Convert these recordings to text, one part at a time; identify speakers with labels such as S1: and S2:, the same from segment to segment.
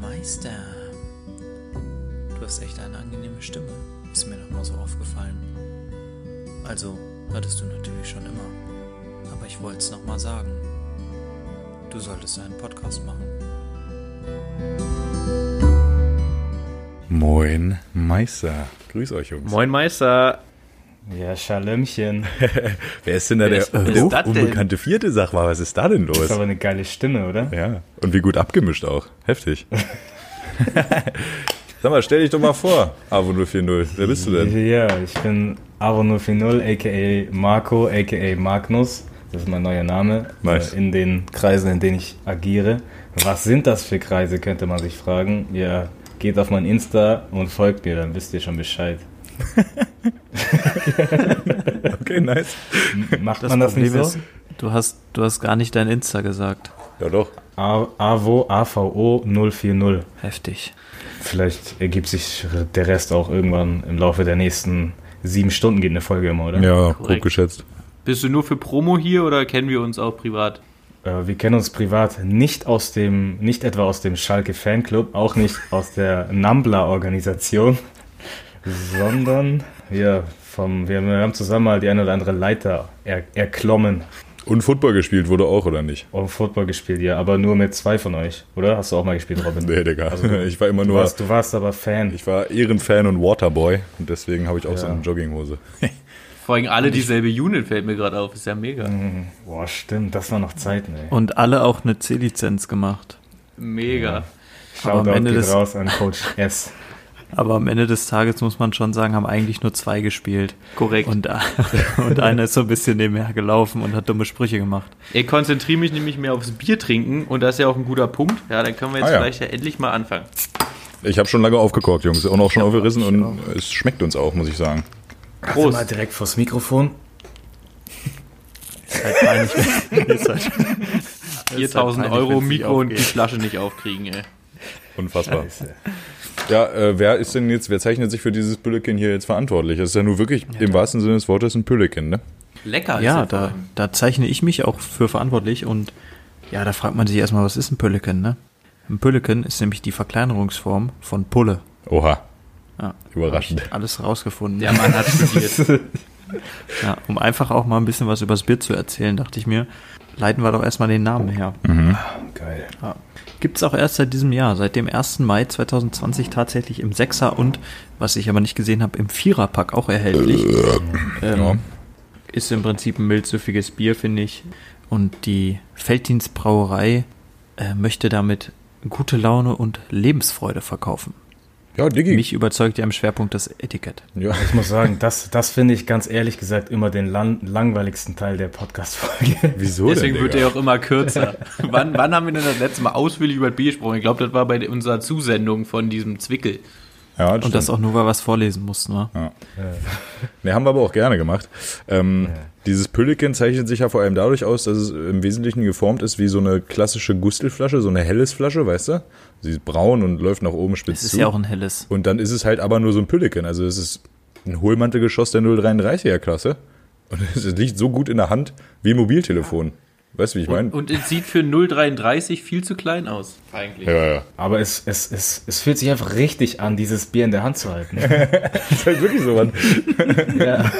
S1: Meister. Du hast echt eine angenehme Stimme. Ist mir noch mal so aufgefallen. Also, hattest du natürlich schon immer. Aber ich wollte es noch mal sagen. Du solltest einen Podcast machen.
S2: Moin Meister. Grüß euch, Jungs.
S3: Moin Meister.
S4: Ja, Schalömchen.
S2: Wer ist denn da der
S3: ist- wer ist
S2: oh,
S3: das denn?
S2: unbekannte Vierte? Sag mal, was ist da denn
S4: Das ist
S2: los?
S4: aber eine geile Stimme, oder?
S2: Ja. Und wie gut abgemischt auch. Heftig. Sag mal, stell dich doch mal vor, AWO 040. Wer bist du denn?
S4: Ja, ich bin Avono40, a.k.a. Marco, a.k.a. Magnus. Das ist mein neuer Name.
S2: Nice.
S4: Äh, In den Kreisen, in denen ich agiere. Was sind das für Kreise, könnte man sich fragen. Ja, geht auf mein Insta und folgt mir, dann wisst ihr schon Bescheid.
S2: Okay, nice.
S4: M- Macht man das nicht so?
S1: du hast, du hast gar nicht dein Insta gesagt.
S2: Ja, doch.
S4: A- Avo, AVO 040.
S1: Heftig.
S4: Vielleicht ergibt sich der Rest auch irgendwann im Laufe der nächsten sieben Stunden geht eine Folge immer, oder?
S2: Ja, grob
S3: Korrekt.
S2: geschätzt.
S3: Bist du nur für Promo hier oder kennen wir uns auch privat?
S4: Äh, Wir kennen uns privat nicht aus dem, nicht etwa aus dem Schalke Fanclub, auch nicht aus der Nambla-Organisation, sondern ja, vom, wir, haben- wir haben zusammen mal die eine oder andere Leiter er, erklommen
S2: Und Football gespielt wurde auch, oder nicht?
S4: und Football gespielt, ja, aber nur mit zwei von euch, oder? Hast du auch mal gespielt, Robin?
S2: Nee, Digga. ich war immer
S4: Du
S2: nur.
S4: warst, du warst aber Fan.
S2: Ich war Ehrenfan und Waterboy und deswegen habe ich auch so
S4: Ja.
S2: eine Jogginghose.
S3: Vor allem alle dieselbe Unit fällt mir gerade auf. Ist ja mega.
S4: Boah, stimmt, das waren noch ne. Zeiten, ey.
S1: Mhm. Und alle auch eine C-Lizenz gemacht.
S3: Mega.
S1: aber am
S4: Shoutout
S1: Ende
S4: geht
S1: des-
S4: raus an Coach S.
S1: Aber am Ende des Tages muss man schon sagen, haben eigentlich nur zwei gespielt.
S3: Korrekt.
S1: Und, und einer ist so ein bisschen nebenher gelaufen und hat dumme Sprüche gemacht.
S3: Ich konzentriere mich nämlich mehr aufs Bier trinken und das ist ja auch ein guter Punkt. Ja, dann können wir jetzt
S2: Ah, ja.
S3: vielleicht ja endlich mal anfangen.
S2: Ich habe schon lange aufgekocht, Jungs. Und auch schon aufgerissen und es schmeckt uns auch, muss ich sagen.
S4: Prost. Mal direkt vors Mikrofon.
S1: Halt peinlich. Ist halt-
S3: 4000
S1: peinlich,
S3: Euro
S1: wenn's nicht
S3: Mikro und die
S1: aufgeht.
S3: Flasche nicht aufkriegen, ey.
S2: Unfassbar. Ja, äh, wer ist denn jetzt, wer zeichnet sich für dieses Pülliken hier jetzt verantwortlich? Das ist ja nur wirklich im wahrsten Sinne des Wortes ein Pülliken, ne?
S3: Lecker ist
S1: ja,
S3: er vor
S1: da,
S3: allem.
S1: da zeichne ich mich auch für verantwortlich und ja, da fragt man sich erstmal, was ist ein Pülliken, ne? Ein Pülliken ist nämlich die Verkleinerungsform von Pulle.
S2: Oha.
S1: Ja,
S2: Überraschend.
S1: alles rausgefunden.
S3: Der Mann hat studiert.
S1: Ja, um einfach auch mal ein bisschen was übers Bier zu erzählen, dachte ich mir, leiten wir doch erstmal den Namen her.
S4: Geil.
S1: Ja. Gibt es auch erst seit diesem Jahr, seit dem 1. Mai 2020 tatsächlich im Sechser und, was ich aber nicht gesehen habe, im Viererpack auch erhältlich. Ähm,
S2: Äh, Ja.
S1: Ist im Prinzip ein milzsüffiges Bier, finde ich. Und die Felddienstbrauerei äh, möchte damit gute Laune und Lebensfreude verkaufen.
S2: Ja, Diggi.
S1: Mich überzeugt ja im Schwerpunkt das Etikett.
S2: Ja.
S4: Ich muss sagen, das, das finde ich ganz ehrlich gesagt immer den lan langweiligsten Teil der Podcast-Folge.
S2: Wieso
S3: Deswegen
S2: denn,
S3: wird
S2: Digga?
S3: er auch immer kürzer. wann, wann haben wir denn das letzte Mal ausführlich über das Bier gesprochen? Ich glaube, das war bei unserer Zusendung von diesem Zwickel.
S2: Ja, das
S1: Und das
S2: stimmt.
S1: auch nur, weil wir es vorlesen mussten, ne?
S2: Ne, haben wir aber auch gerne gemacht. Ähm, Dieses Pülliken zeichnet sich ja vor allem dadurch aus, dass es im Wesentlichen geformt ist wie so eine klassische Gustelflasche, so eine helles Flasche, weißt du? Sie ist braun und läuft nach oben spitz
S1: Es ist
S2: zu.
S1: ja auch ein helles.
S2: Und dann ist es halt aber nur so ein Pülliken. Also es ist ein Hohlmantelgeschoss der 033er Klasse. Und es liegt so gut in der Hand wie ein Mobiltelefon. Weißt du, wie ich meine?
S3: Und es sieht für 0,33 viel zu klein aus. Eigentlich.
S2: Ja, ja.
S4: Aber es, es, es, es fühlt sich einfach richtig an, dieses Bier in der Hand zu halten.
S2: Das ist halt wirklich so was.
S4: ja.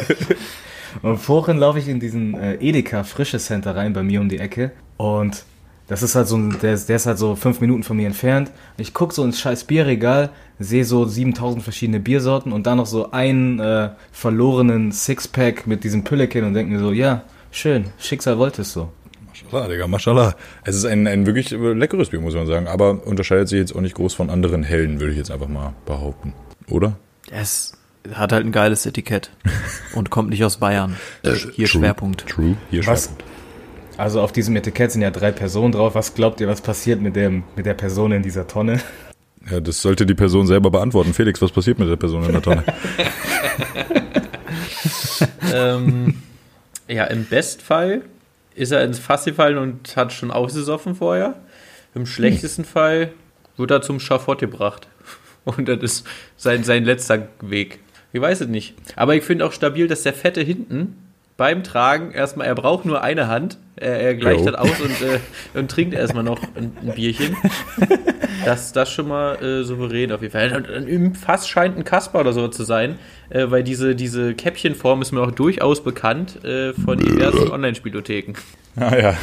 S4: Und vorhin laufe ich in diesen äh, Edeka Frische Center rein bei mir um die Ecke. Und das ist halt so, ein- der, ist- der ist halt so fünf Minuten von mir entfernt. Ich gucke so ins scheiß Bierregal, sehe so 7000 verschiedene Biersorten und dann noch so einen äh, verlorenen Sixpack mit diesem Püllekin und denke mir so, ja, schön, Schicksal wollte es so.
S2: Maschallah, Digga, maschallah. Es ist ein, ein wirklich leckeres Bier, muss man sagen. Aber unterscheidet sich jetzt auch nicht groß von anderen hellen, würde ich jetzt einfach mal behaupten. Oder?
S1: Es hat halt ein geiles Etikett und kommt nicht aus Bayern. Äh, Hier Schwerpunkt.
S2: Äh, True. Hier
S4: Was?
S2: Schwerpunkt.
S4: Also auf diesem Etikett sind ja drei Personen drauf. Was glaubt ihr, was passiert mit, dem, mit der Person in dieser Tonne?
S2: Ja, das sollte die Person selber beantworten. Felix, was passiert mit der Person in der Tonne?
S3: ähm, ja, im Bestfall ist er ins Fass gefallen und hat schon ausgesoffen vorher. Im schlechtesten Fall wird er zum Schafott gebracht. Und das ist sein, sein letzter Weg. Ich weiß es nicht. Aber ich finde auch stabil, dass der Fette hinten beim Tragen erstmal, er braucht nur eine Hand, er, er gleicht
S2: Jo.
S3: das aus und, äh, und trinkt erstmal noch ein, ein Bierchen. Das das schon mal äh, souverän auf jeden Fall. Und, und Im Fass scheint ein Kasper oder so zu sein, äh, weil diese, diese Käppchenform ist mir auch durchaus bekannt äh, von diversen Online-Spielotheken.
S2: Ah ja.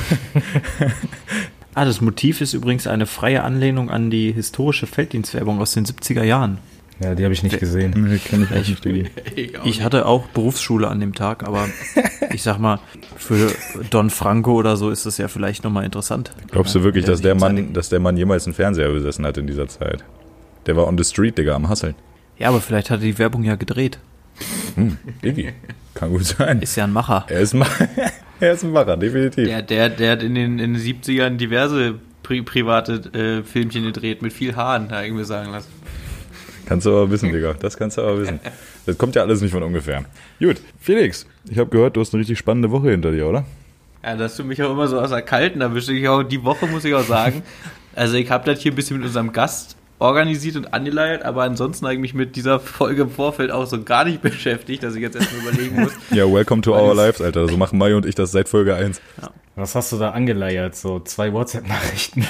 S1: Ah, das Motiv ist übrigens eine freie Anlehnung an die historische Felddienstwerbung aus den 70er Jahren.
S4: Ja, die habe ich nicht gesehen.
S2: Nee, kenn ich auch nicht, Diggi.
S1: Ich hatte auch Berufsschule an dem Tag, aber ich sag mal, für Don Franco oder so ist das ja vielleicht nochmal interessant.
S2: Glaubst du wirklich,
S1: Ja,
S2: dass der,
S1: die
S2: Mann,
S1: Zeit-
S2: dass der Mann jemals einen Fernseher besessen hat in dieser Zeit? Der war on the street, Digga, am Hasseln.
S1: Ja, aber vielleicht hat er die Werbung ja gedreht.
S2: Diggi. Kann gut sein.
S1: Ist ja ein Macher.
S3: Äh,
S2: Er ist, ein Ma- er ist ein Macher, definitiv.
S3: Der, der, der hat in den, in den 70ern diverse pri private äh, Filmchen gedreht mit viel Haaren, habe ich mir sagen lassen.
S2: Kannst du aber wissen, Digga. Das kannst du aber wissen. Das kommt ja alles nicht von ungefähr. Gut, Felix, ich habe gehört, du hast eine richtig spannende Woche hinter dir, oder?
S3: Ja, dass du mich auch immer so aus der Kalten erwischt. Ich auch, die Woche muss ich auch sagen. Also ich habe das hier ein bisschen mit unserem Gast organisiert und angeleiert, aber ansonsten eigentlich mit dieser Folge im Vorfeld auch so gar nicht beschäftigt, dass ich jetzt erstmal überlegen muss.
S2: Ja, welcome to our lives, Alter. So machen Mai und ich das seit Folge 1.
S4: Was hast du da angeleiert? So zwei WhatsApp-Nachrichten.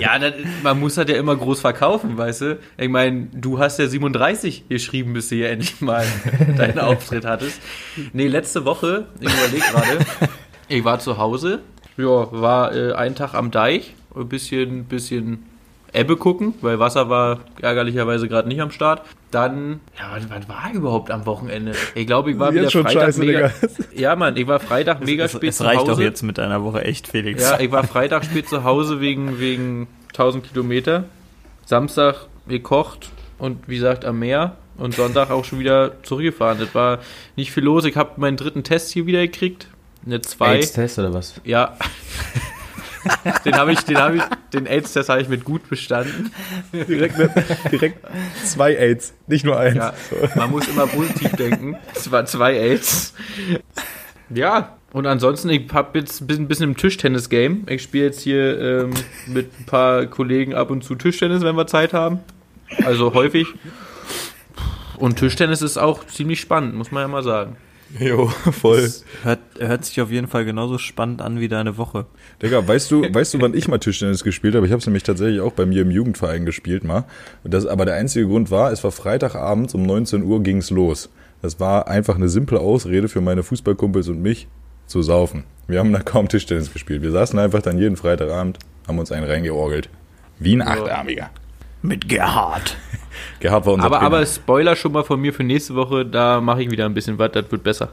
S3: Ja, das, man muss das ja immer groß verkaufen, weißt du? Ich meine, du hast ja 37 geschrieben, bis du hier endlich mal deinen Auftritt hattest. Nee, letzte Woche, ich überlege gerade, ich war zu Hause, ja, war äh, einen Tag am Deich, ein bisschen, bisschen Ebbe gucken, weil Wasser war ärgerlicherweise gerade nicht am Start. Dann, ja, wann, wann war ich überhaupt am Wochenende? Ich glaube, ich war
S2: Jetzt
S3: wieder
S2: schon
S3: Freitag
S2: scheiße,
S3: mega.
S2: Digga.
S3: Ja, Mann, ich war Freitag mega
S1: Es,
S3: spät
S1: Also, es reicht
S3: zu Hause.
S1: doch jetzt mit einer Woche echt, Felix.
S3: Ja, ich war Freitag spät zu Hause wegen, wegen 1000 Kilometer. Samstag gekocht und wie gesagt am Meer. Und Sonntag auch schon wieder zurückgefahren. Das war nicht viel los. Ich habe meinen dritten Test hier wieder gekriegt. Eine 2.
S4: AIDS-Test oder was?
S3: Ja. den habe ich, den habe ich, den AIDS-Test habe ich mit gut bestanden.
S2: Direkt, direkt zwei Aids, nicht nur eins.
S3: Ja, man muss immer positiv denken. Es war zwei Aids. Ja, und ansonsten, ich hab jetzt ein bisschen, bisschen im Tischtennis-Game. Ich spiele jetzt hier ähm, mit ein paar Kollegen ab und zu Tischtennis, wenn wir Zeit haben. Also häufig. Und Tischtennis ist auch ziemlich spannend, muss man ja mal sagen.
S2: Jo, voll.
S1: Das Hört, hört sich auf jeden Fall genauso spannend an wie deine Woche.
S2: Digga, weißt du, weißt du, wann ich mal Tischtennis gespielt habe? Ich habe es nämlich tatsächlich auch bei mir im Jugendverein gespielt mal. Und Das, aber der einzige Grund war, es war Freitagabends um 19 Uhr ging's los. Das war einfach eine simple Ausrede für meine Fußballkumpels und mich zu saufen. Wir haben da kaum Tischtennis gespielt. Wir saßen einfach dann jeden Freitagabend, haben uns einen reingeorgelt. Wie ein Achtarmiger.
S1: Mit Gerhard.
S2: Gerhard war unser
S3: Aber,
S2: Trainer.
S3: aber Spoiler schon mal von mir für nächste Woche, da mache ich wieder ein bisschen was, das wird besser.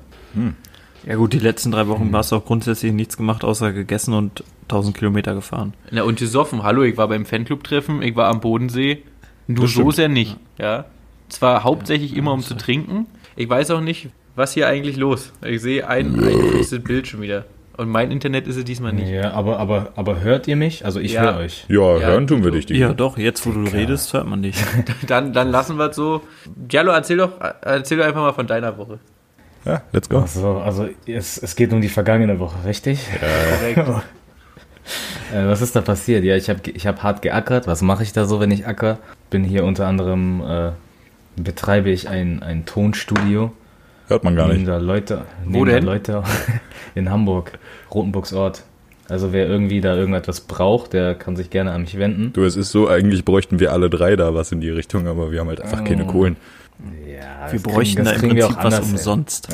S1: Ja gut, die letzten drei Wochen hast du auch grundsätzlich nichts gemacht, außer gegessen und 1000 Kilometer gefahren.
S3: Na und gesoffen, hallo, ich war beim Fanclub-Treffen, ich war am Bodensee. Du
S2: Das
S3: so
S2: stimmt.
S3: sehr nicht, ja. Zwar hauptsächlich immer um zu trinken. Ich weiß auch nicht, was hier eigentlich los. Ich sehe ein einziges Bild schon wieder. Und mein Internet ist es diesmal nicht.
S4: Ja, aber, aber, aber hört ihr mich? Also ich
S3: Ja.
S4: höre euch.
S2: ja,
S3: Ja,
S2: hören tun wir dich, Digga.
S1: Ja doch, jetzt wo du redest, hört man dich.
S3: Dann, dann lassen wir es so. Giallo, erzähl doch, erzähl doch einfach mal von deiner Woche.
S2: Ja, let's go.
S4: Also, also es, es geht um die vergangene Woche, richtig?
S3: Korrekt.
S4: Äh, was ist da passiert? Ja, ich habe ich hab hart geackert. Was mache ich da so, wenn ich acker? Bin hier unter anderem, äh, betreibe ich ein, ein Tonstudio.
S2: Hört man gar
S4: Nehmen
S2: nicht.
S4: da Leute,
S3: Wo
S4: nehmen da
S3: denn?
S4: Leute in Hamburg, Rotenburgs Ort. Also wer irgendwie da irgendetwas braucht, der kann sich gerne an mich wenden.
S2: Du, es ist so, eigentlich bräuchten wir alle drei da was in die Richtung, aber wir haben halt einfach keine Kohlen.
S4: Ja,
S1: Wir bräuchten da im Prinzip was umsonst.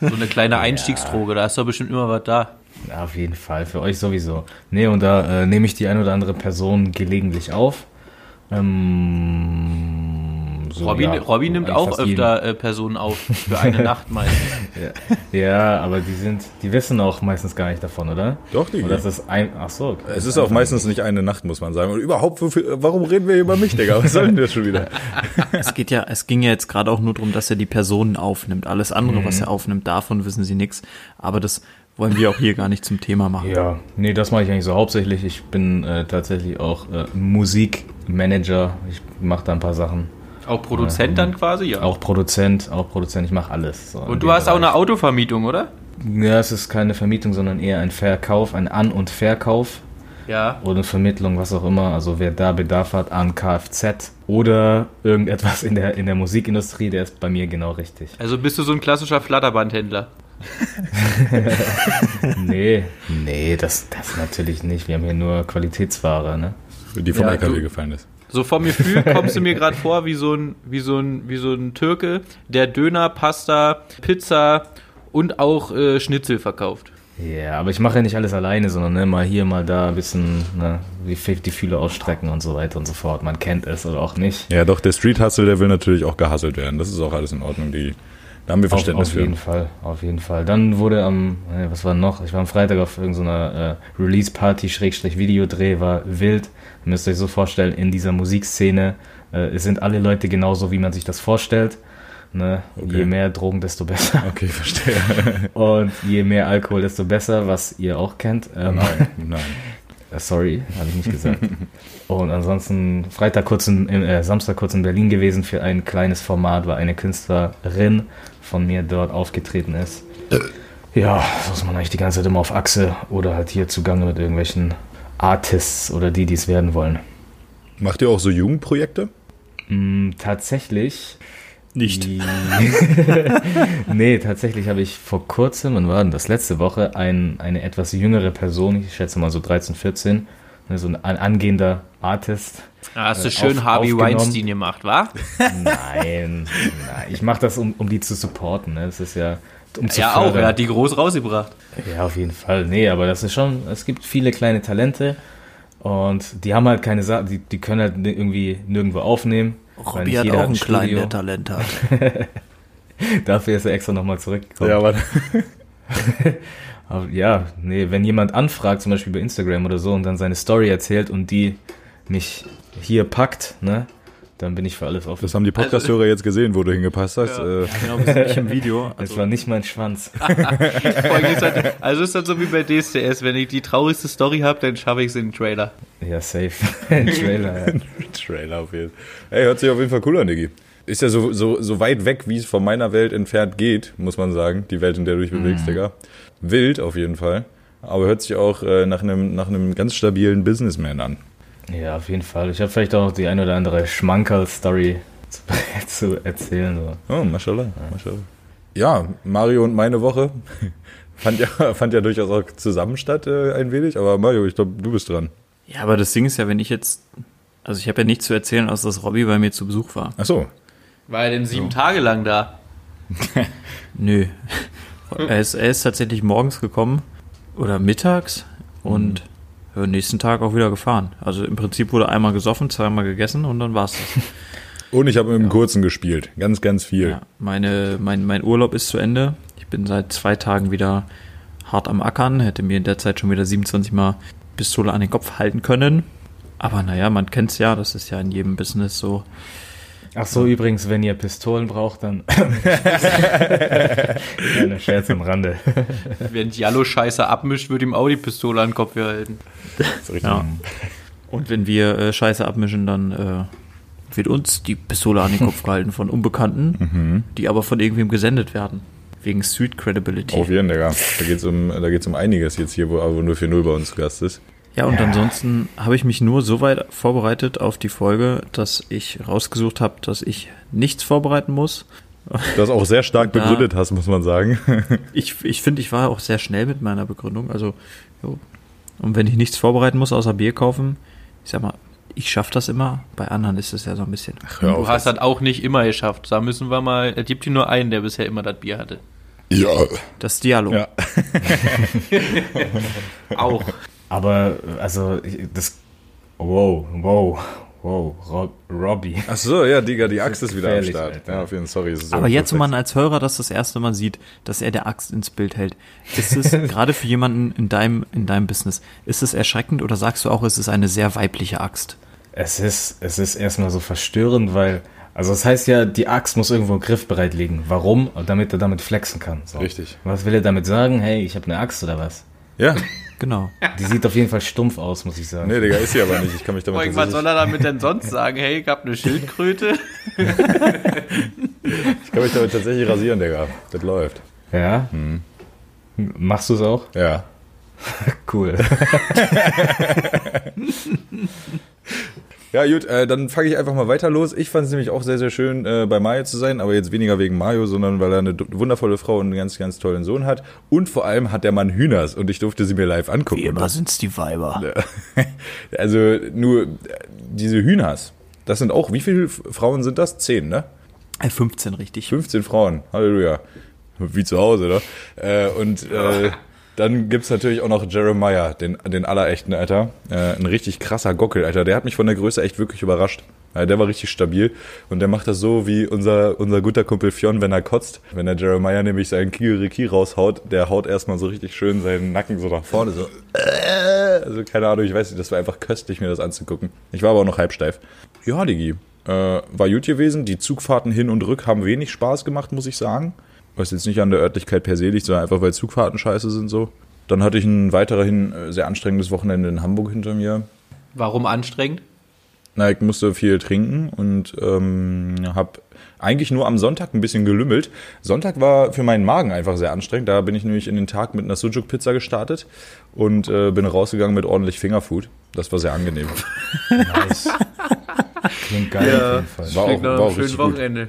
S3: So eine kleine Einstiegsdroge, da ist doch bestimmt immer was da.
S4: Ja, auf jeden Fall, für euch sowieso. Nee, und da äh, nehme ich die ein oder andere Person gelegentlich auf. Ähm, so,
S3: Robin,
S4: ja,
S3: Robin nimmt
S4: eigentlich
S3: auch
S4: fast jeden.
S3: öfter äh, Personen auf. Für eine Nacht meistens.
S4: Ja, aber die sind, die wissen auch meistens gar nicht davon, oder?
S2: Doch, Digga.
S4: Oder ist das ein, ach so. okay.
S2: Es ist auch meistens nicht eine Nacht, muss man sagen. Und überhaupt, wofür, warum reden wir hier über mich, Digga? Was soll denn das schon wieder?
S1: Es geht ja, es ging ja jetzt gerade auch nur darum, dass er die Personen aufnimmt. Alles andere,
S4: Mhm.
S1: was er aufnimmt, davon wissen sie nichts. Aber das wollen wir auch hier gar nicht zum Thema machen.
S4: Ja, nee, das mache ich eigentlich so hauptsächlich. Ich bin äh, tatsächlich auch äh, Musikmanager. Ich mache da ein paar Sachen.
S3: Auch Produzent dann quasi, ja.
S4: Auch Produzent, auch Produzent, ich mache alles. So in
S3: Und du
S4: dem
S3: hast auch eine Autovermietung, oder?
S4: Ja, es ist keine Vermietung, sondern eher ein Verkauf, ein An- und Verkauf.
S3: Ja.
S4: oder Vermittlung, was auch immer. Also wer da Bedarf hat an Kfz oder irgendetwas in der, in der Musikindustrie, der ist bei mir genau richtig.
S3: Also bist du so ein klassischer Flatterbandhändler.
S4: Nee, nee, das, das natürlich nicht. Wir haben hier nur Qualitätsware, ne?
S2: die vom
S3: Ja,
S2: LKW
S3: du-
S2: gefallen ist.
S3: So vom Gefühl kommst du mir gerade vor wie so, ein, wie, so ein, wie so ein Türke, der Döner, Pasta, Pizza und auch äh, Schnitzel verkauft.
S4: Ja, aber ich mache ja nicht alles alleine, sondern ne, mal hier, mal da ein bisschen ne, die, Fü- die Fühle ausstrecken und so weiter und so fort. Man kennt es oder auch nicht.
S2: Ja, doch, der Street Hustle, der will natürlich auch gehasselt werden. Das ist auch alles in Ordnung. Die, da haben wir
S4: Auf,
S2: Verständnis
S4: auf jeden
S2: für.
S4: Fall, auf jeden Fall. Dann wurde am, äh, was war noch? Ich war am Freitag auf irgendeiner äh, Release-Party, Schrägstrich Videodreh, war wild. Müsst ihr euch so vorstellen, in dieser Musikszene äh, es sind alle Leute genauso, wie man sich das vorstellt. Ne?
S2: Okay.
S4: Je mehr Drogen, desto besser.
S2: Okay, verstehe.
S4: Und je mehr Alkohol, desto besser, was ihr auch kennt. Ähm,
S2: nein, nein.
S4: Äh, Sorry, habe ich nicht gesagt. Und ansonsten Freitag kurz in, in, äh, Samstag kurz in Berlin gewesen für ein kleines Format, weil eine Künstlerin von mir dort aufgetreten ist. Ja, so ist man eigentlich die ganze Zeit immer auf Achse oder halt hier zugange mit irgendwelchen Artists oder die, die es werden wollen.
S2: Macht ihr auch so Jugendprojekte?
S4: Mm, tatsächlich
S1: Nicht.
S4: nee, tatsächlich habe ich vor kurzem, wann war denn das? Letzte Woche, ein, eine etwas jüngere Person, ich schätze mal so 13, 14, ne, so ein an- angehender Artist.
S3: Ah, hast du
S4: Äh,
S3: schön
S4: auf-
S3: Harvey
S4: aufgenommen.
S3: Weinstein gemacht, wa?
S4: Nein, nein. ich mache das, um, um die zu supporten. Ne? Das ist ja, um zu
S3: Ja, auch.
S4: fördern.
S3: Er hat die groß rausgebracht.
S4: Ja, auf jeden Fall. Nee, aber das ist schon, es gibt viele kleine Talente und die haben halt keine Sachen, die, die können halt ni- irgendwie nirgendwo aufnehmen. weil
S1: Robby
S4: nicht
S1: hat
S4: jeder
S1: auch einen
S4: Studio.
S1: kleinen, der Talent hat.
S4: Dafür ist er extra nochmal zurückgekommen.
S2: aber
S4: Aber ja, nee, wenn jemand anfragt, zum Beispiel bei Instagram oder so, und dann seine Story erzählt und die mich hier packt, ne, dann bin ich für alles offen.
S2: das haben die Podcast-Hörer
S4: Also-
S2: jetzt gesehen, wo du hingepasst hast. Äh,
S1: Genau, wir sind nicht im Video.
S4: Es
S1: Also,
S4: war nicht mein Schwanz.
S3: Vor allem ist halt, also ist das so wie bei DSDS. Wenn ich die traurigste Story habe, dann schaffe ich es in den Trailer.
S4: Ja, safe. Ein Trailer, ja.
S2: Trailer auf jeden Fall. Ey, hört sich auf jeden Fall cool an, Diggi. Ist ja so, so, so weit weg, wie es von meiner Welt entfernt geht, muss man sagen. Die Welt, in der du dich bewegst,
S1: Mhm.
S2: Digga. Wild auf jeden Fall. Aber hört sich auch äh, nach einem nach einem ganz stabilen Businessman an.
S4: ja, auf jeden Fall. Ich habe vielleicht auch noch die ein oder andere Schmankerl-Story zu, zu erzählen. So.
S2: Oh, mashallah, mashallah. Ja, Mario und meine Woche fand ja, fand ja durchaus auch zusammen statt, äh, ein wenig. Aber Mario, ich glaube, du bist dran.
S1: ja, aber das Ding ist ja, wenn ich jetzt. Also, ich habe ja nichts zu erzählen, außer dass Robby bei mir zu Besuch war.
S2: Ach so.
S3: War er denn sieben Tage lang da?
S1: Nö. Er ist, er ist tatsächlich morgens gekommen oder mittags und am nächsten Tag auch wieder gefahren. Also im Prinzip wurde einmal gesoffen, zweimal gegessen und dann war's das.
S2: Und ich habe mit dem Kurzen gespielt. Ganz, ganz viel.
S1: Ja, meine, mein, mein Urlaub ist zu Ende. Ich bin seit zwei Tagen wieder hart am Ackern, hätte mir in der Zeit schon wieder 27 Mal Pistole an den Kopf halten können. Aber naja, man kennt's ja, das ist ja in jedem Business so.
S4: Ach so, übrigens, wenn ihr Pistolen braucht, dann. Kleiner Scherz am Rande.
S3: Wenn Jallo Scheiße abmischt, wird ihm auch die Pistole an den Kopf gehalten.
S2: Ist richtig.
S1: Ja. Und wenn wir äh, Scheiße abmischen, dann äh, wird uns die Pistole an den Kopf gehalten von
S2: Mhm.
S1: Unbekannten, die aber von irgendwem gesendet werden. Wegen Street Credibility.
S2: Auf jeden, Digga. Da geht's um, da geht's um einiges jetzt hier, wo, wo nur 4-0 bei uns zu Gast ist.
S1: Ja, und ansonsten habe ich mich nur so weit vorbereitet auf die Folge, dass ich rausgesucht habe, dass ich nichts vorbereiten muss.
S2: Das auch sehr stark
S1: Da-
S2: begründet hast, muss man sagen.
S1: Ich, ich finde, ich war auch sehr schnell mit meiner Begründung. Also, jo. und wenn ich nichts vorbereiten muss, außer Bier kaufen, ich sag mal, ich schaffe das immer. Bei anderen ist es ja so ein bisschen.
S2: Hör
S3: Du hast das auch nicht immer geschafft. Da müssen wir mal. Es gibt hier nur einen, der bisher immer das Bier hatte.
S2: Ja.
S1: Das Dialog.
S2: Ja.
S3: Auch.
S4: Aber, also, ich- das. Wow, wow, wow, Rob, Robbie.
S2: Ach so, ja, Digga, die Axt ist wieder am
S4: gefährlich,
S2: Start.
S4: Alter.
S2: Ja, auf jeden Fall, sorry. es Ist so
S1: Aber jetzt, wenn
S2: perfekt.
S1: man als Hörer das das erste Mal sieht, dass er der Axt ins Bild hält, ist es gerade für jemanden in deinem, in deinem Business, ist es erschreckend oder sagst du auch, es ist eine sehr weibliche Axt?
S4: Es ist, es ist erstmal so verstörend, weil. Also, das heißt ja, die Axt muss irgendwo im Griff bereit liegen. Warum? Damit er damit flexen kann. So.
S2: Richtig.
S4: Was will er damit sagen? Hey, ich habe eine Axt oder was?
S2: Ja,
S1: Genau.
S4: Die sieht auf jeden Fall stumpf aus, muss ich sagen.
S2: nee, Digga, ist sie aber nicht. Ich kann mich damit
S3: Irgendwas soll
S2: tatsächlich,
S3: er damit denn sonst sagen? Hey, ich hab eine Schildkröte.
S2: ich kann mich damit tatsächlich
S4: Hm.
S2: rasieren, Digga. Das läuft.
S4: Ja? Machst du es auch?
S2: Ja.
S4: Cool.
S2: Ja, gut, äh, dann fange ich einfach mal weiter los. Ich fand es nämlich auch sehr, sehr schön, äh, bei Mario zu sein, aber jetzt weniger wegen Mario, sondern weil er eine d- wundervolle Frau und einen ganz, ganz tollen Sohn hat. Und vor allem hat der Mann Hühners und ich durfte sie mir live angucken. Und das-
S1: sind's die Weiber.
S2: Also nur äh, diese Hühners, das sind auch, wie viele F- Frauen sind das? Zehn, ne?
S1: 15 Äh, richtig.
S2: 15 Frauen, Halleluja. Wie zu Hause, ne? Äh, und äh, dann gibt's natürlich auch noch Jeremiah, den, den allerechten, Alter. Äh, ein richtig krasser Gockel, Alter. Der hat mich von der Größe echt wirklich überrascht. Äh, der war richtig stabil und der macht das so wie unser, unser guter Kumpel Fionn, wenn er kotzt. Wenn der Jeremiah nämlich seinen Kigeriki raushaut, der haut erstmal so richtig schön seinen Nacken so nach vorne, so. Äh, also keine Ahnung, ich weiß nicht, das war einfach köstlich, mir das anzugucken. Ich war aber auch noch halbsteif. Ja, Digi, äh, war gut gewesen. Die Zugfahrten hin und rück haben wenig Spaß gemacht, muss ich sagen. Was jetzt nicht an der Örtlichkeit per se liegt, sondern einfach, weil Zugfahrten scheiße sind so. Dann hatte ich ein weiterhin äh, sehr anstrengendes Wochenende in Hamburg hinter mir.
S3: Warum anstrengend?
S2: Na, ich musste viel trinken und ähm, habe eigentlich nur am Sonntag ein bisschen gelümmelt. Sonntag war für meinen Magen einfach sehr anstrengend. Da bin ich nämlich in den Tag mit einer Sujuk-Pizza gestartet und äh, bin rausgegangen mit ordentlich Fingerfood. Das war sehr angenehm.
S4: Nice. Klingt geil auf jeden Fall.
S2: War auch,
S3: Klingt nach
S2: war
S3: einem
S2: auch
S3: schönen
S2: richtig gut.
S3: Wochenende.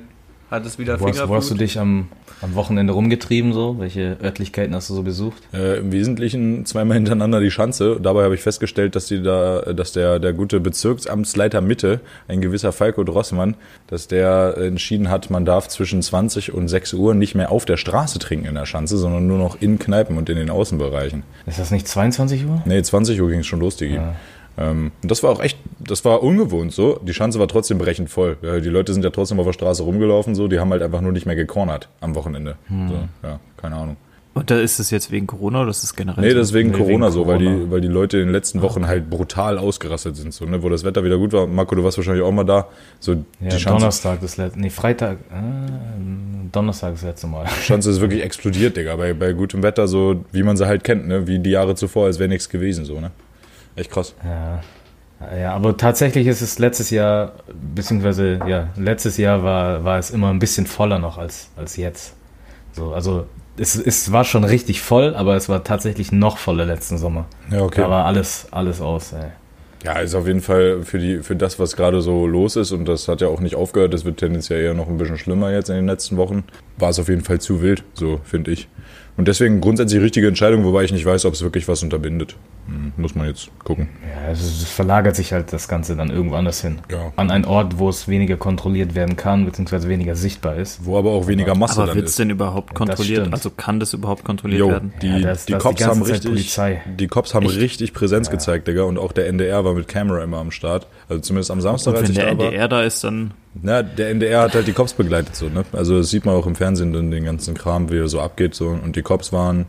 S3: Hat es wieder
S4: Wo hast, wo hast du
S3: Fingerfood?
S4: dich am, am Wochenende rumgetrieben so? Welche Örtlichkeiten hast du so besucht?
S2: Äh, Im Wesentlichen zweimal hintereinander die Schanze. Dabei habe ich festgestellt, dass die da, dass der, der gute Bezirksamtsleiter Mitte, ein gewisser Falco Drossmann, dass der entschieden hat, man darf zwischen 20 und 6 Uhr nicht mehr auf der Straße trinken in der Schanze, sondern nur noch in Kneipen und in den Außenbereichen.
S4: Ist das nicht 22 Uhr?
S2: Nee, 20 Uhr ging es schon los, Digi. Ähm, und das war auch echt, das war ungewohnt so. Die Schanze war trotzdem brechend voll. Ja, die Leute sind ja trotzdem auf der Straße rumgelaufen, so. Die haben halt einfach nur nicht mehr gecornert am Wochenende. So, ja, keine Ahnung.
S1: Und da ist es jetzt wegen Corona oder ist es generell?
S2: Nee,
S1: so?
S2: das ist wegen
S4: Nee,
S2: Corona
S4: wegen
S2: so, weil die,
S4: Corona.
S2: weil die Leute in den letzten Wochen halt brutal ausgerastet sind, so, ne, wo das Wetter wieder gut war. Marco, du warst wahrscheinlich auch mal da. So,
S4: Ja,
S2: die Schanze,
S4: Donnerstag das letzte, nee, Freitag, äh, ähm, Donnerstag das letzte Mal.
S2: Schanze ist wirklich explodiert, Digga, bei, bei gutem Wetter, so wie man sie halt kennt, ne, wie die Jahre zuvor, als wäre nichts gewesen, so, ne. Echt krass.
S4: Ja. ja, aber tatsächlich ist es letztes Jahr, beziehungsweise ja, letztes Jahr war, war es immer ein bisschen voller noch als, als jetzt. So, also es, es war schon richtig voll, aber es war tatsächlich noch voller letzten Sommer.
S2: Ja, okay.
S4: Da war alles, alles aus, ey.
S2: Ja, ist auf jeden Fall für, die, für das, was gerade so los ist, und das hat ja auch nicht aufgehört, das wird tendenziell eher noch ein bisschen schlimmer jetzt in den letzten Wochen, war es auf jeden Fall zu wild, so finde ich. Und deswegen grundsätzlich richtige Entscheidung, wobei ich nicht weiß, ob es wirklich was unterbindet. Hm, Muss man jetzt gucken.
S4: Ja, also es verlagert sich halt das Ganze dann irgendwo anders hin.
S2: Ja.
S4: An einen Ort, wo es weniger kontrolliert werden kann, beziehungsweise weniger sichtbar ist.
S2: Wo aber auch weniger Masse
S1: Aber
S2: dann
S1: wird
S2: ist.
S1: es denn überhaupt kontrolliert?
S4: stimmt.
S1: Also kann das überhaupt kontrolliert
S2: Jo,
S1: werden?
S2: die,
S4: Ja, das-
S2: die
S4: das ist die
S2: Cops
S4: ganze
S2: haben
S4: Zeit
S2: richtig,
S4: Polizei.
S2: die Cops haben richtig Präsenz gezeigt, Digga, und auch der NDR war mit Camera immer am Start. Also zumindest am Samstag, als
S1: Wenn
S2: ich
S1: der
S2: da war.
S1: NDR da ist, dann
S2: Na, der NDR hat halt die Cops begleitet, so, ne? Also, das sieht man auch im Fernsehen, dann den ganzen Kram, wie er so abgeht, so. Und die Cops waren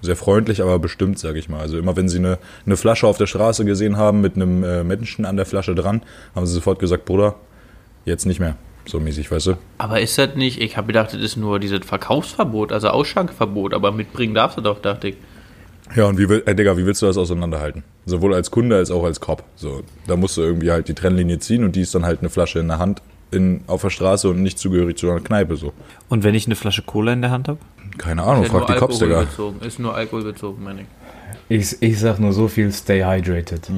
S2: sehr freundlich, aber bestimmt, sag ich mal. Also, immer wenn sie eine, eine Flasche auf der Straße gesehen haben, mit einem äh, Menschen an der Flasche dran, haben sie sofort gesagt, Bruder, jetzt nicht mehr. So mäßig, weißt du?
S3: Aber ist das nicht, ich habe gedacht, das ist nur dieses Verkaufsverbot, also Ausschankverbot, aber mitbringen darfst du doch, dachte ich.
S2: Ja, und wie, will, äh, Digga, wie willst du das auseinanderhalten? Sowohl als Kunde als auch als Cop. So, da musst du irgendwie halt die Trennlinie ziehen und die ist dann halt eine Flasche in der Hand in, auf der Straße und nicht zugehörig zu einer Kneipe, so.
S1: und wenn ich eine Flasche Cola in der Hand habe?
S2: Keine Ahnung,
S3: Ist
S2: Oh,
S3: ja
S2: frag die
S3: nur
S2: Cops, Digga.
S3: alkoholbezogen, ist nur alkoholbezogen, meine ich.
S4: Ich, ich sag nur so viel, stay hydrated.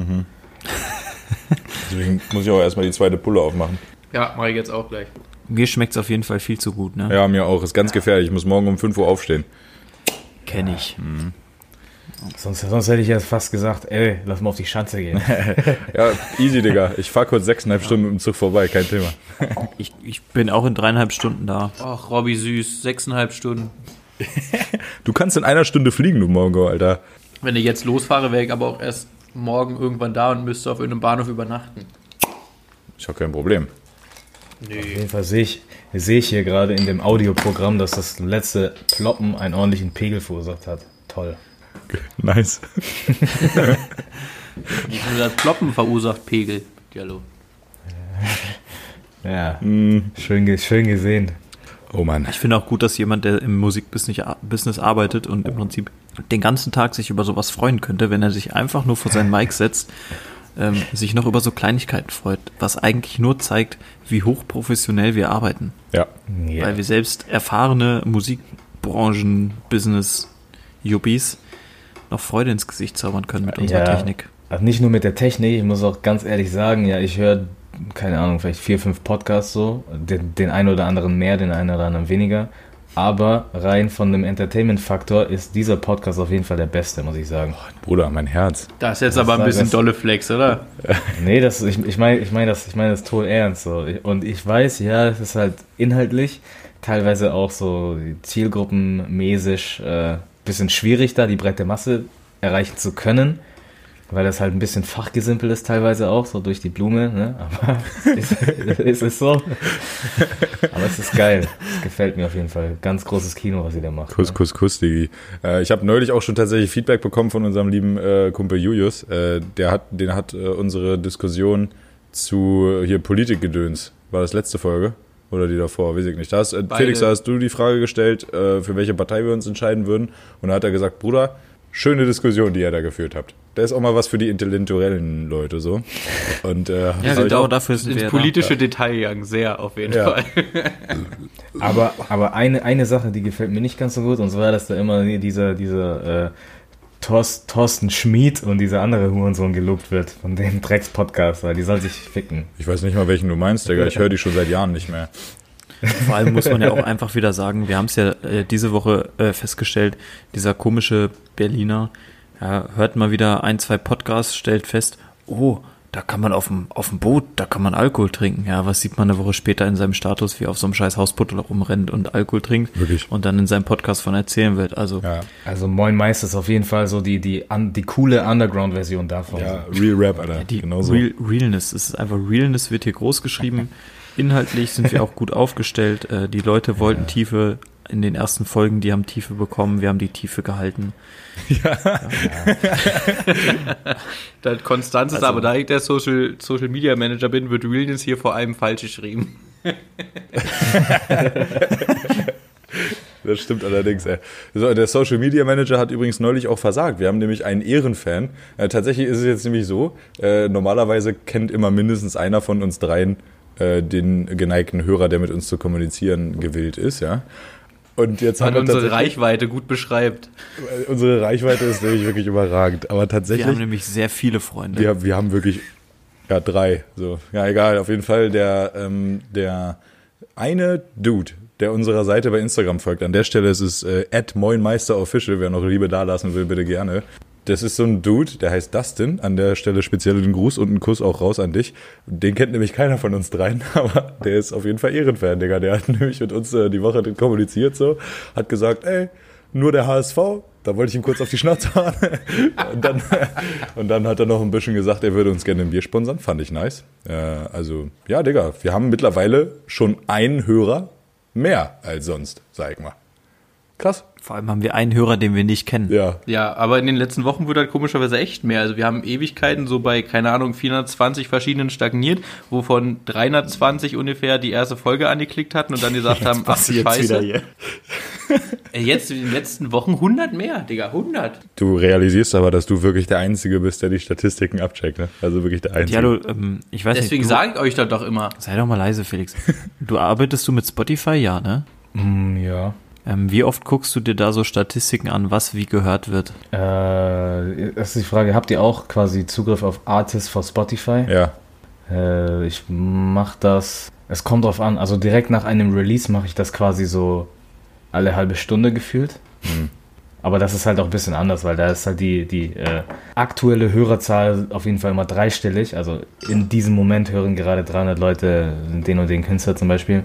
S2: Deswegen muss ich auch erstmal die zweite Pulle aufmachen.
S3: Ja, mache ich jetzt auch gleich.
S1: Mir schmeckt es auf jeden Fall viel zu gut, ne?
S2: Ja, mir auch. Ist ganz gefährlich. Ich muss morgen um 5 Uhr aufstehen.
S1: Kenn ich.
S2: Hm.
S4: Sonst, sonst hätte ich jetzt fast gesagt, ey, lass mal auf die Schanze gehen.
S2: Ja, easy, Digga. Ich fahr kurz sechseinhalb Stunden mit dem Zug vorbei. Kein Thema.
S1: ich. Ich bin auch in dreieinhalb Stunden da.
S3: Ach, Robby süß, sechseinhalb Stunden.
S2: Du kannst in einer Stunde fliegen, du Mongo, Alter.
S3: Wenn ich jetzt losfahre, wäre ich aber auch erst morgen irgendwann da und müsste auf irgendeinem Bahnhof übernachten.
S2: Ich hab kein Problem.
S4: Auf jeden Fall sehe ich, sehe ich hier gerade in dem Audioprogramm, dass das letzte Ploppen einen ordentlichen Pegel verursacht hat. Toll.
S2: Nice.
S3: Nicht nur das Ploppen verursacht Pegel. Dialog.
S4: Ja, schön, ge- schön gesehen.
S2: Oh Mann.
S1: Ich finde auch gut, dass jemand, der im Musikbusiness ar- Business arbeitet und im Prinzip den ganzen Tag sich über sowas freuen könnte, wenn er sich einfach nur vor sein Mic setzt, ähm, sich noch über so Kleinigkeiten freut, was eigentlich nur zeigt, wie hochprofessionell wir arbeiten.
S2: Ja.
S4: Ja.
S1: Weil wir selbst erfahrene Musikbranchen-Business-Juppies noch Freude ins Gesicht zaubern können mit
S4: Ja.
S1: unserer Technik.
S4: Also nicht nur mit der Technik, ich muss auch ganz ehrlich sagen, ja, ich höre, keine Ahnung, vielleicht vier, fünf Podcasts so, den, den einen oder anderen mehr, den einen oder anderen weniger. Aber rein von dem Entertainment-Faktor ist dieser Podcast auf jeden Fall der beste, muss ich sagen.
S2: Bruder, mein Herz.
S3: Das ist jetzt aber ein
S4: war
S3: bisschen
S4: das-
S3: dolle Flex, oder?
S4: Nee, das, ich, ich meine ich mein das, ich mein das tot ernst. So. Und ich weiß, ja, es ist halt inhaltlich teilweise auch so zielgruppenmäßig äh, bisschen schwierig, da die breite Masse erreichen zu können. Weil das halt ein bisschen fachgesimpel ist teilweise auch, so durch die Blume, ne? Aber es ist, es ist so. Aber es ist geil. Es gefällt mir auf jeden Fall. Ganz großes Kino, was ihr da macht.
S2: Kuss, Kuss, Kuss, Digi. Äh, ich habe neulich auch schon tatsächlich Feedback bekommen von unserem lieben äh, Kumpel Julius. Äh, der hat, den hat äh, unsere Diskussion zu äh, hier Politikgedöns. War das letzte Folge? Oder die davor, weiß ich nicht. Da hast, äh, Felix, da hast du die Frage gestellt, äh, für welche Partei wir uns entscheiden würden. Und da hat er gesagt, Bruder, schöne Diskussion, die ihr da geführt habt. Da ist auch mal was für die intellektuellen Leute so. Und äh, hab ich
S1: Ja, genau
S2: auch-
S1: dafür sind
S3: Ins
S1: wir ja
S3: politische Detail gegangen, sehr auf jeden
S2: Ja.
S3: Fall.
S4: Aber, aber eine, eine Sache, die gefällt mir nicht ganz so gut, und zwar, dass da immer dieser, dieser äh, Thors, Thorsten Schmied und dieser andere Hurensohn gelobt wird von dem Drecks-Podcast, weil die soll sich ficken.
S2: Ich weiß nicht mal, welchen du meinst, Digga. Ich höre die schon seit Jahren nicht mehr.
S1: da. Vor allem muss man ja auch einfach wieder sagen, wir haben es ja äh, diese Woche äh, festgestellt, dieser komische Berliner ja, hört mal wieder ein, zwei Podcasts, stellt fest, oh, da kann man auf dem, auf dem Boot, da kann man Alkohol trinken. Ja, was sieht man eine Woche später in seinem Status, wie er auf so einem scheiß Hauspuddel rumrennt und Alkohol trinkt
S2: Wirklich.
S1: und dann in seinem Podcast von erzählen wird. Also
S2: Ja.
S4: Also Moin Meister ist auf jeden Fall so die, die, an, die coole Underground-Version davon.
S2: Ja, Real Rap, Alter.
S1: Die
S2: Genau so.
S1: Real, Realness, es ist einfach Realness wird hier groß geschrieben. Inhaltlich sind wir auch gut aufgestellt. Äh, die Leute wollten Tiefe in den ersten Folgen, die haben Tiefe bekommen, wir haben die Tiefe gehalten.
S3: Da Konstanz ist aber, da ich der Social, Social Media Manager bin, wird Realness hier vor allem falsch geschrieben.
S2: Das stimmt allerdings. Ey. So, der Social Media Manager hat übrigens neulich auch versagt. Wir haben nämlich einen Ehrenfan. Äh, tatsächlich ist es jetzt nämlich so, äh, normalerweise kennt immer mindestens einer von uns dreien äh, den geneigten Hörer, der mit uns zu kommunizieren gewillt ist, ja. Und jetzt
S3: Hat
S2: haben wir
S3: unsere
S2: tatsächlich-
S3: Reichweite gut beschreibt.
S2: äh, unsere Reichweite ist nämlich wirklich überragend. Aber
S1: Wir haben
S2: tatsächlich,
S1: nämlich sehr viele Freunde.
S2: wir, wir haben wirklich ja, drei. So. Ja, egal. Auf jeden Fall der, ähm, der eine Dude, der unserer Seite bei Instagram folgt. An der Stelle ist es äh, @moinmeisterofficial. Wer noch Liebe dalassen will, bitte gerne. Das ist so ein Dude, der heißt Dustin. An der Stelle speziell einen Gruß und einen Kuss auch raus an dich. Den kennt nämlich keiner von uns dreien, aber der ist auf jeden Fall Ehrenfan, Digga. Der hat nämlich mit uns äh, die Woche kommuniziert so, hat gesagt, ey, nur der HSV. Da wollte ich ihm kurz auf die Schnauze hauen. Und dann, und dann hat er noch ein bisschen gesagt, er würde uns gerne ein Bier sponsern. Fand ich nice. Äh, also, ja, Digga, wir haben mittlerweile schon einen Hörer mehr als sonst, sag ich mal. Krass.
S1: Vor allem haben wir einen Hörer, den wir nicht kennen.
S2: Ja.
S3: Ja, aber in den letzten Wochen wurde halt komischerweise echt mehr. Also wir haben Ewigkeiten so bei, keine Ahnung, 420 verschiedenen stagniert, wovon 320 ungefähr die erste Folge angeklickt hatten und dann gesagt haben, ach du Scheiße.
S2: hier.
S3: Äh, Jetzt in den letzten Wochen 100 mehr, Digga, 100.
S2: Du realisierst aber, dass du wirklich der Einzige bist, der die Statistiken abcheckt, ne? Also wirklich der Einzige.
S1: Ja, du, ähm, ich weiß
S3: Deswegen
S1: nicht. du-
S3: sage ich euch das doch immer.
S1: sei doch mal leise, Felix. Du arbeitest du mit Spotify, ja, ne?
S4: Mm, ja.
S1: Ähm, wie oft guckst du dir da so Statistiken an, was wie gehört wird?
S4: Äh, das ist die Frage, habt ihr auch quasi Zugriff auf Artists for Spotify?
S2: Ja.
S4: Äh, ich mach das. Es kommt drauf an. Also direkt nach einem Release mache ich das quasi so alle halbe Stunde gefühlt.
S2: Mhm.
S4: Aber das ist halt auch ein bisschen anders, weil da ist halt die, die äh, aktuelle Hörerzahl auf jeden Fall immer dreistellig. Also in diesem Moment hören gerade 300 Leute den und den Künstler zum Beispiel.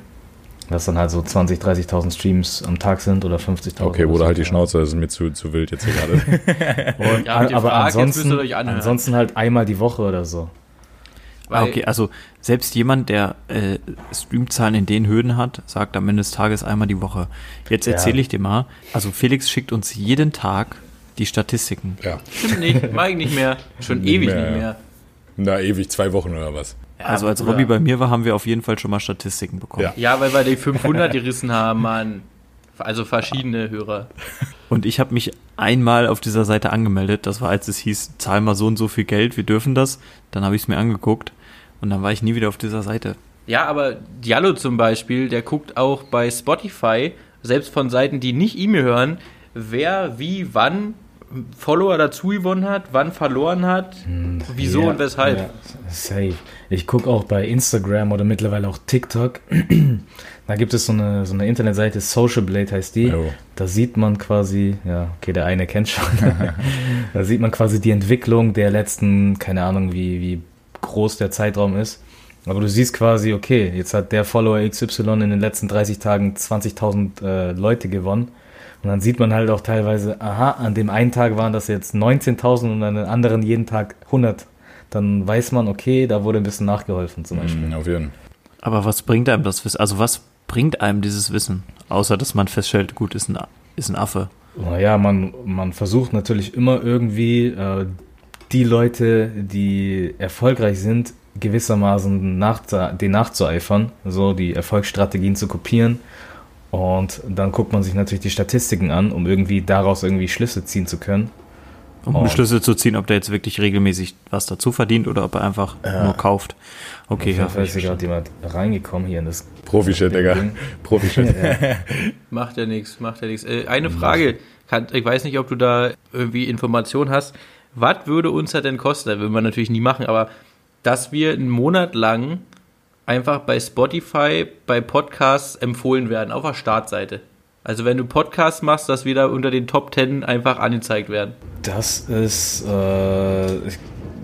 S4: Was dann halt so 20.000, 30.000 Streams am Tag sind oder 50.000.
S2: Okay,
S4: oder so.
S2: Bruder, halt die Schnauze, das ist mir zu, zu wild jetzt hier gerade.
S4: Und,
S3: Ja, habt ihr
S4: aber
S3: Fragen? Jetzt
S4: ansonsten,
S3: müsst ihr euch anhören.
S4: ansonsten halt einmal die Woche oder so.
S1: Ah,
S3: Weil-
S1: okay, also selbst jemand, der äh, Streamzahlen in den Höhen hat, sagt am Ende des Tages einmal die Woche. Jetzt
S4: Ja.
S1: erzähle ich dir mal. Also Felix schickt uns jeden Tag die Statistiken.
S2: ja.
S3: Stimmt nicht, mag ich nicht mehr. Schon
S2: Nicht
S3: ewig
S2: mehr,
S3: nicht
S2: ja.
S3: mehr.
S2: Na, ewig, zwei Wochen oder was.
S3: Ja,
S1: also als
S3: Bruder.
S1: Robby bei mir war, haben wir auf jeden Fall schon mal Statistiken bekommen.
S2: Ja.
S3: Ja, weil wir die 500 gerissen haben, Mann. Also verschiedene Hörer.
S1: Und ich habe mich einmal auf dieser Seite angemeldet. Das war, als es hieß, zahl mal so und so viel Geld, wir dürfen das. Dann habe ich es mir angeguckt und dann war ich nie wieder auf dieser Seite.
S3: Ja, aber Diallo zum Beispiel, der guckt auch bei Spotify, selbst von Seiten, die nicht E-Mail hören, wer, wie, wann Follower dazu gewonnen hat, wann verloren hat, wieso
S4: Ja,
S3: und weshalb.
S4: ja, safe. Ich gucke auch bei Instagram oder mittlerweile auch TikTok. da gibt es so eine, so eine Internetseite, Social Blade heißt die.
S2: Jo.
S4: Da sieht man quasi, ja, okay, der eine kennt schon. da sieht man quasi die Entwicklung der letzten, keine Ahnung, wie, wie groß der Zeitraum ist. Aber du siehst quasi, okay, jetzt hat der Follower XY in den letzten 30 Tagen 20.000 äh, Leute gewonnen. Und dann sieht man halt auch teilweise, aha, an dem einen Tag waren das jetzt 19.000 und an den anderen jeden Tag 100. Dann weiß man, okay, da wurde ein bisschen nachgeholfen zum Beispiel.
S2: Mhm, auf jeden Fall.
S1: Aber was bringt einem das Wissen? Also was bringt einem dieses Wissen? Außer, dass man feststellt, gut, ist ein, A- ist ein Affe.
S4: Naja, man, man versucht natürlich immer irgendwie äh, die Leute, die erfolgreich sind, gewissermaßen nach, den nachzueifern, so die Erfolgsstrategien zu kopieren. Und dann guckt man sich natürlich die Statistiken an, um irgendwie daraus irgendwie Schlüsse ziehen zu können.
S1: Um
S4: Oh.
S1: Schlüsse zu ziehen, ob der jetzt wirklich regelmäßig was dazu verdient oder ob er einfach nur kauft. Okay, ja.
S4: Auf jeden Fall ist hier gerade jemand reingekommen hier in das
S2: Profi-Shit, Digga.
S4: Ding.
S2: Profi-Shit.
S3: Macht ja nichts, macht ja nichts. Äh, eine Frage, kann, ich weiß nicht, ob du da irgendwie Informationen hast. Was würde uns das denn kosten? Das will man natürlich nie machen, aber dass wir einen Monat lang einfach bei Spotify, bei Podcasts empfohlen werden, auf der Startseite. Also wenn du Podcasts machst, dass wir da unter den Top 10 einfach angezeigt werden.
S4: Das ist, äh, ich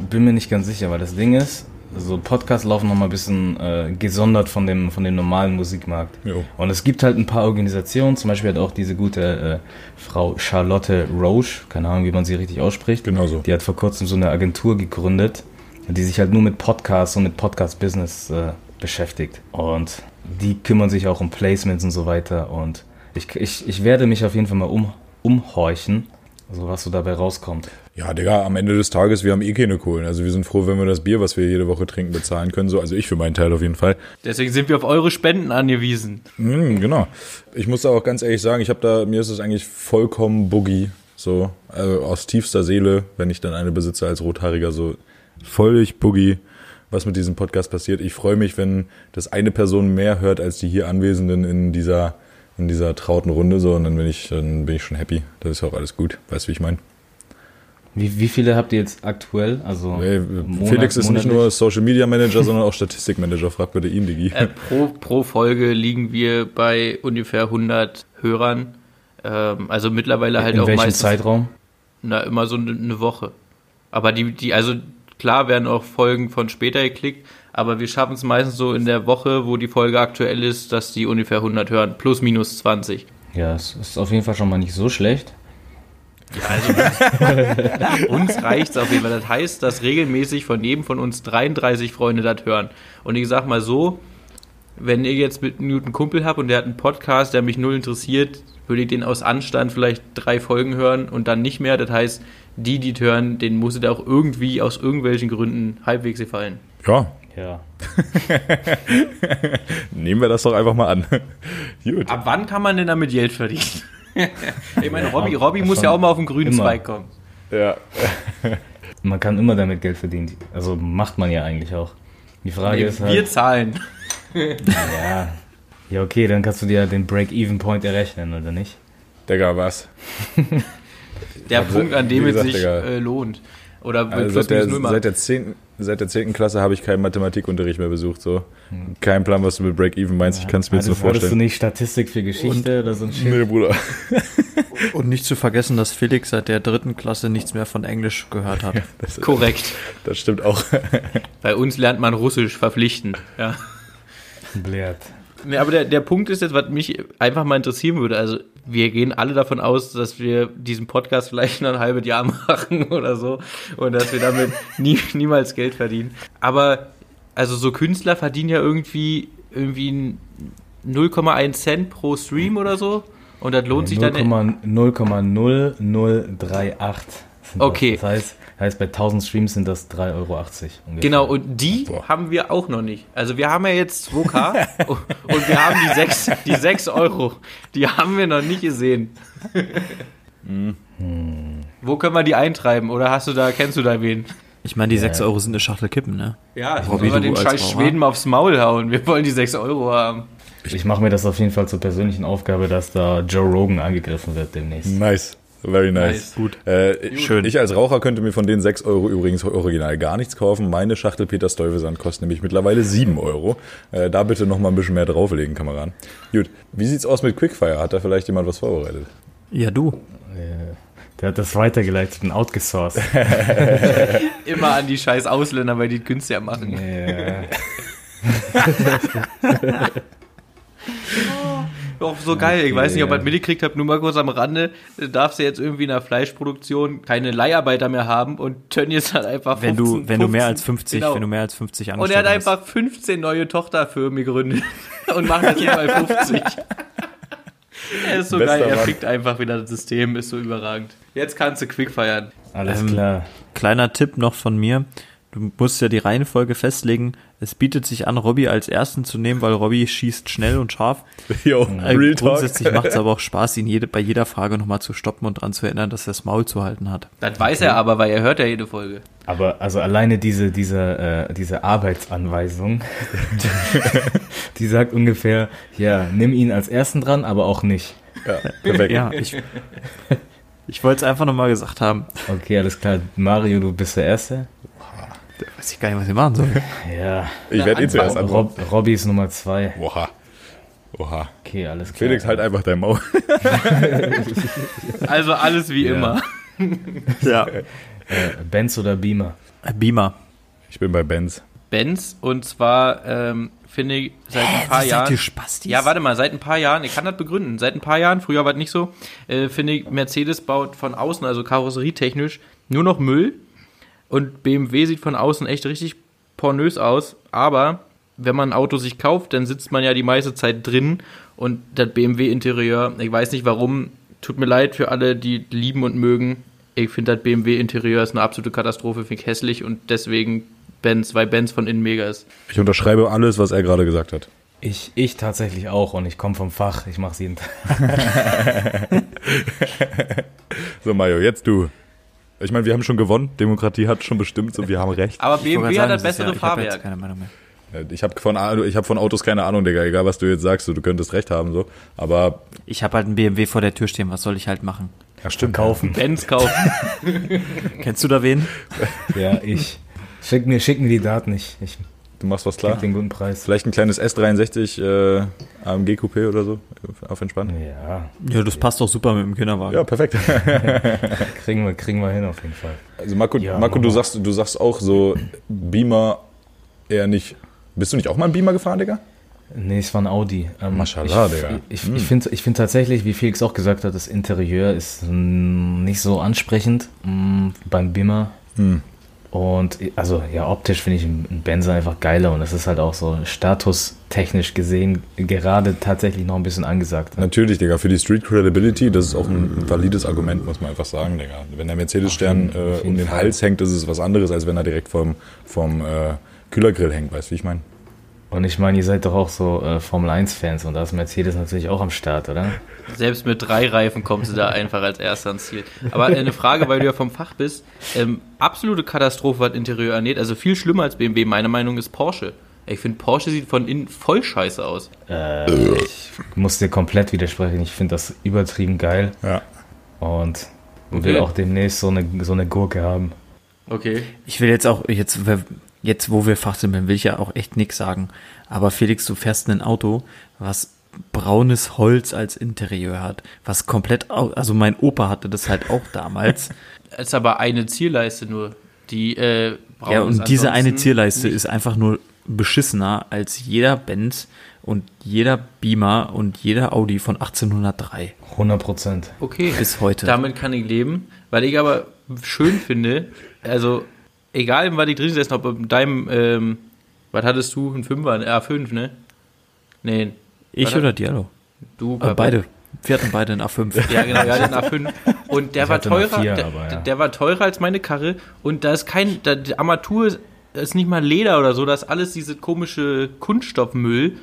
S4: bin mir nicht ganz sicher, weil das Ding ist, so Podcasts laufen nochmal ein bisschen äh, gesondert von dem, von dem normalen Musikmarkt.
S2: Jo.
S4: Und es gibt halt ein paar Organisationen, zum Beispiel hat auch diese gute äh, Frau Charlotte Roche, keine Ahnung, wie man sie richtig ausspricht.
S2: Genau so.
S4: Die hat vor kurzem so eine Agentur gegründet, die sich halt nur mit Podcasts und mit Podcast-Business äh, beschäftigt. Und die kümmern sich auch um Placements und so weiter. Und ich, ich, ich werde mich auf jeden Fall mal um, umhorchen, so was so dabei rauskommt.
S2: Ja, Digga, am Ende des Tages, wir haben eh keine Kohlen. Also wir sind froh, wenn wir das Bier, was wir jede Woche trinken, bezahlen können. So, also ich für meinen Teil auf jeden Fall.
S3: Deswegen sind wir auf eure Spenden angewiesen.
S2: Mhm, genau. Ich muss da auch ganz ehrlich sagen, ich habe da, mir ist es eigentlich vollkommen boogie. So, also aus tiefster Seele, wenn ich dann eine besitze als Rothaariger, so völlig boogie, was mit diesem Podcast passiert. Ich freue mich, wenn das eine Person mehr hört als die hier Anwesenden in dieser, in dieser trauten Runde. So, und dann bin ich, dann bin ich schon happy. Das ist auch alles gut. Weißt du, wie ich meine?
S4: Wie, wie viele habt ihr jetzt aktuell? Also
S2: Ey,
S4: Monat-
S2: Felix ist nicht
S4: monatlich?
S2: nur Social Media Manager, sondern auch Statistikmanager. Frag bitte ihn, Digi.
S3: Äh, pro, pro Folge liegen wir bei ungefähr 100 Hörern. Ähm, also mittlerweile halt
S4: in
S3: auch
S4: welchem
S3: meistens
S4: Zeitraum?
S3: Na, immer so eine eine Woche. Aber die, die, also klar werden auch Folgen von später geklickt, aber wir schaffen es meistens so in der Woche, wo die Folge aktuell ist, dass die ungefähr 100 hören. Plus, minus 20.
S4: Ja, es ist auf jeden Fall schon mal nicht so schlecht.
S3: Uns reicht's auf jeden Fall. Das heißt, dass regelmäßig von jedem von uns 33 Freunde das hören. Und ich sag mal so, wenn ihr jetzt mit einem guten Kumpel habt und der hat einen Podcast, der mich null interessiert, würde ich den aus Anstand vielleicht drei Folgen hören und dann nicht mehr. Das heißt, die, die es hören, den muss es auch irgendwie aus irgendwelchen Gründen halbwegs gefallen.
S2: Ja,
S4: Ja.
S2: nehmen wir das doch einfach mal an. Gut.
S3: Ab wann kann man denn damit Geld verdienen? ich meine, Robby, Robby muss ja auch mal auf den grünen
S4: Immer.
S3: Zweig kommen.
S2: Ja.
S4: Man kann immer damit Geld verdienen. Also macht man ja eigentlich auch. Die Frage
S3: Nee,
S4: ist
S3: wir
S4: halt,
S3: zahlen.
S4: ja. Ja, okay, dann kannst du dir den Break-Even-Point errechnen, oder nicht?
S2: Digga, was?
S3: Der
S2: Ja,
S3: Punkt, an
S2: Also, wie
S3: dem es
S2: gesagt,
S3: sich
S2: Digga.
S3: äh, lohnt. Oder mit
S2: Also
S3: plus
S2: seit,
S3: minus
S2: der,
S3: null machen.
S2: seit, der 10, seit der 10. Klasse habe ich keinen Mathematikunterricht mehr besucht. So. Kein Plan, was du mit Break-Even meinst. Ich kann es mir jetzt
S4: Hattest-
S2: nur
S4: Also hattest du
S2: vorstellen.
S4: nicht Statistik für Geschichte oder so ein Shit?
S2: Nee, Bruder.
S1: Und nicht zu vergessen, dass Felix seit der dritten Klasse nichts mehr von Englisch gehört hat.
S2: Das,
S3: Korrekt.
S2: das stimmt auch.
S3: Bei uns lernt man Russisch verpflichtend. Ja.
S4: Blärt.
S3: Nee, aber der, der Punkt ist jetzt, was mich einfach mal interessieren würde. Also, wir gehen alle davon aus, dass wir diesen Podcast vielleicht noch ein halbes Jahr machen oder so und dass wir damit nie, niemals Geld verdienen. Aber, also, so Künstler verdienen ja irgendwie, irgendwie ein 0,1 Cent pro Stream oder so und das lohnt sich dann.
S4: 0,00038. sind das.
S3: Okay.
S4: Das heißt, heißt, bei 1000 Streams sind das 3,80 Euro. ungefähr.
S3: Genau, und die
S2: Boah.
S3: haben wir auch noch nicht. Also wir haben ja jetzt 2K und wir haben die 6, die 6 Euro. Die haben wir noch nicht gesehen.
S1: Mhm.
S3: Wo können wir die eintreiben? Oder hast du da, kennst du da wen?
S1: Ich meine, die 6 Euro sind eine Schachtel Kippen, ne?
S3: Ja, ich will
S1: Robby, du
S3: den
S1: als
S3: scheiß
S1: Bauer.
S3: Schweden mal aufs Maul hauen. Wir wollen die 6 Euro haben.
S4: Ich mache mir das auf jeden Fall zur persönlichen Aufgabe, dass da Joe Rogan angegriffen wird demnächst.
S2: nice. Very nice.
S3: Nice.
S2: Gut. Äh,
S1: Schön.
S2: Ich als Raucher könnte mir von den 6 Euro übrigens original gar nichts kaufen. Meine Schachtel Peter Stuyvesant kostet nämlich mittlerweile 7 Euro. Äh, da bitte noch mal ein bisschen mehr drauflegen, Kameraden. Gut. Wie sieht's aus mit Quickfire? Hat da vielleicht jemand was vorbereitet?
S1: Ja, du.
S4: Der hat das weitergeleitet und outgesourced.
S3: Immer an die scheiß Ausländer, weil die Künstler machen.
S4: Ja.
S3: Auch so geil. Ich weiß nicht, ob ihr
S4: ja.
S3: das mitgekriegt habt, nur mal kurz am Rande. Äh, Darfst du jetzt irgendwie in der Fleischproduktion keine Leiharbeiter mehr haben und Tönnies jetzt halt einfach 15,
S1: Wenn du, wenn du mehr als 50,
S3: 15, genau.
S1: wenn du mehr als 50
S3: Und er hat
S1: Angestellte hast.
S3: einfach 15 neue Tochterfirmen gegründet und macht das jetzt bei 50. er ist so
S2: Bester
S3: geil, er
S2: Mann.
S3: fickt einfach wieder das System, ist so überragend. Jetzt kannst du quick feiern.
S4: Alles
S1: Ähm,
S4: klar.
S1: Kleiner Tipp noch von mir. Du musst ja die Reihenfolge festlegen. Es bietet sich an, Robby als ersten zu nehmen, weil Robby schießt schnell und scharf.
S2: Yo,
S1: Äh,
S2: Real Talk.
S1: Grundsätzlich macht es aber auch Spaß, ihn jede, bei jeder Frage nochmal zu stoppen und dran zu erinnern, dass er das Maul zu halten hat.
S3: Das weiß er aber, weil er hört ja jede Folge.
S4: Aber also alleine diese, diese, äh, diese Arbeitsanweisung, die sagt ungefähr, ja, nimm ihn als ersten dran, aber auch nicht.
S2: Ja, perfekt.
S1: Ja, ich, ich wollte es einfach nochmal gesagt haben.
S4: Okay, alles klar. Mario, du bist der Erste.
S1: Weiß ich gar nicht, was ich machen soll.
S4: Ja.
S2: Ich werde eh zuerst antworten.
S4: Rob, Robby ist Nummer zwei.
S2: Oha. Oha.
S4: Okay, alles klar.
S2: Felix, halt einfach dein Maul.
S3: Also alles wie
S4: Ja.
S3: immer.
S1: Ja.
S4: Benz oder Beamer?
S1: Beamer.
S2: Ich bin bei Benz.
S3: Benz und zwar ähm, finde ich seit ein paar Jahren.
S1: Spastis?
S3: Ah, Ja, warte mal, seit ein paar Jahren, ich kann das begründen, seit ein paar Jahren, früher war es nicht so, äh, finde ich, Mercedes baut von außen, also karosserietechnisch, nur noch Müll und BMW sieht von außen echt richtig pornös aus, aber wenn man ein Auto sich kauft, dann sitzt man ja die meiste Zeit drin und das BMW-Interieur, ich weiß nicht warum, tut mir leid für alle, die lieben und mögen, ich finde das BMW-Interieur ist eine absolute Katastrophe, finde ich hässlich und deswegen Benz, weil Benz von innen mega ist.
S2: Ich unterschreibe alles, was er gerade gesagt hat.
S4: Ich, ich tatsächlich auch und ich komme vom Fach. Ich mache jeden Tag.
S2: So, Mario, jetzt du. Ich meine, wir haben schon gewonnen. Demokratie hat schon bestimmt und wir haben recht.
S3: Aber
S1: Ich wollte
S3: BMW
S1: gerade
S3: hat das
S1: sagen,
S3: bessere
S1: ist ja, ich hab jetzt
S3: Fahrwerk.
S1: keine Meinung mehr.
S2: Ich habe von, Ahnung- ich hab von Autos keine Ahnung, Digga. Egal, was du jetzt sagst, so, du könntest recht haben. so. Aber,
S1: Ich habe halt einen BMW vor der Tür stehen, was soll ich halt machen?
S2: ja, stimmt.
S4: Kaufen.
S3: Benz kaufen.
S1: Kennst du da wen?
S4: Ja, ich. Schick mir, schick mir die Daten nicht. Ich krieg
S2: Du machst was klar.
S4: den guten Preis.
S2: Vielleicht ein kleines S63 äh, AMG Coupé oder so. Auf entspannt.
S4: Ja,
S1: Ja, das passt doch super mit dem Kinderwagen.
S2: Ja, perfekt.
S4: kriegen wir, kriegen wir hin auf jeden Fall.
S2: Also, Marco,
S4: Ja,
S2: Marco
S4: mach
S2: du,
S4: mal.
S2: sagst, du sagst auch so, Beamer eher nicht. Bist du nicht auch mal ein Beamer gefahren, Digga?
S4: Nee, es war ein Audi. Ähm,
S2: Maschallah,
S4: ich,
S2: Digga.
S4: Ich, ich finde ich find tatsächlich, wie Felix auch gesagt hat, das Interieur ist mm, nicht so ansprechend mm, beim Bimmer. Und i- also ja, optisch finde ich einen Benz einfach geiler und das ist halt auch so statustechnisch gesehen gerade tatsächlich noch ein bisschen angesagt.
S2: Natürlich, Digga, für die Street Credibility, das ist auch ein valides Argument, muss man einfach sagen, Digga. Wenn der Mercedes-Stern
S4: Auf jeden-
S2: äh,
S4: auf jeden
S2: um den
S4: Fall.
S2: Hals hängt, ist es was anderes, als wenn er direkt vom, vom äh, Kühlergrill hängt, weißt du, wie ich meine?
S4: Und ich meine, ihr seid doch auch so äh, Formel 1-Fans und da ist Mercedes natürlich auch am Start, oder?
S3: Selbst mit drei Reifen kommst du da einfach als Erster ans Ziel. Aber äh, eine Frage, weil du ja vom Fach bist. Ähm, absolute Katastrophe, was Interieur angeht. Also viel schlimmer als BMW, meine Meinung ist Porsche. Ich finde, Porsche sieht von innen voll scheiße aus.
S4: Äh, ich muss dir komplett widersprechen. Ich finde das übertrieben geil
S2: Ja.
S4: und will
S3: Okay.
S4: auch demnächst so eine, so eine Gurke haben.
S3: Okay.
S1: Ich will jetzt auch, jetzt, jetzt wo wir fachsimmeln, will ich ja auch echt nix sagen. Aber Felix, du fährst ein Auto, was braunes Holz als Interieur hat, was komplett, au- also mein Opa hatte das halt auch damals.
S3: Ist aber eine Zielleiste nur. Die äh, brauchen
S1: ja,
S3: es
S1: und diese eine
S3: ansonsten
S1: Zierleiste
S3: nicht.
S1: ist einfach nur beschissener als jeder Benz und jeder Beamer und jeder Audi von 1803
S4: 100 Prozent.
S3: Okay.
S1: bis heute.
S3: Damit kann ich leben, weil ich aber schön finde, also egal, in was ich drin sitze, ob in deinem, ähm, was hattest du, ein Fünfer, ein R5, ne? Nee,
S1: ich oder Diallo?
S3: du,
S1: Äh, beide. Wir hatten beide einen A5.
S3: Ja, genau, wir hatten einen A5. Und der war
S4: hatte eine
S3: teurer,
S4: A4,
S3: der,
S4: aber ja.
S3: der war teurer als meine Karre. Und da ist kein, da, die Armatur ist, da ist nicht mal Leder oder so, da ist alles diese komische Kunststoffmüll.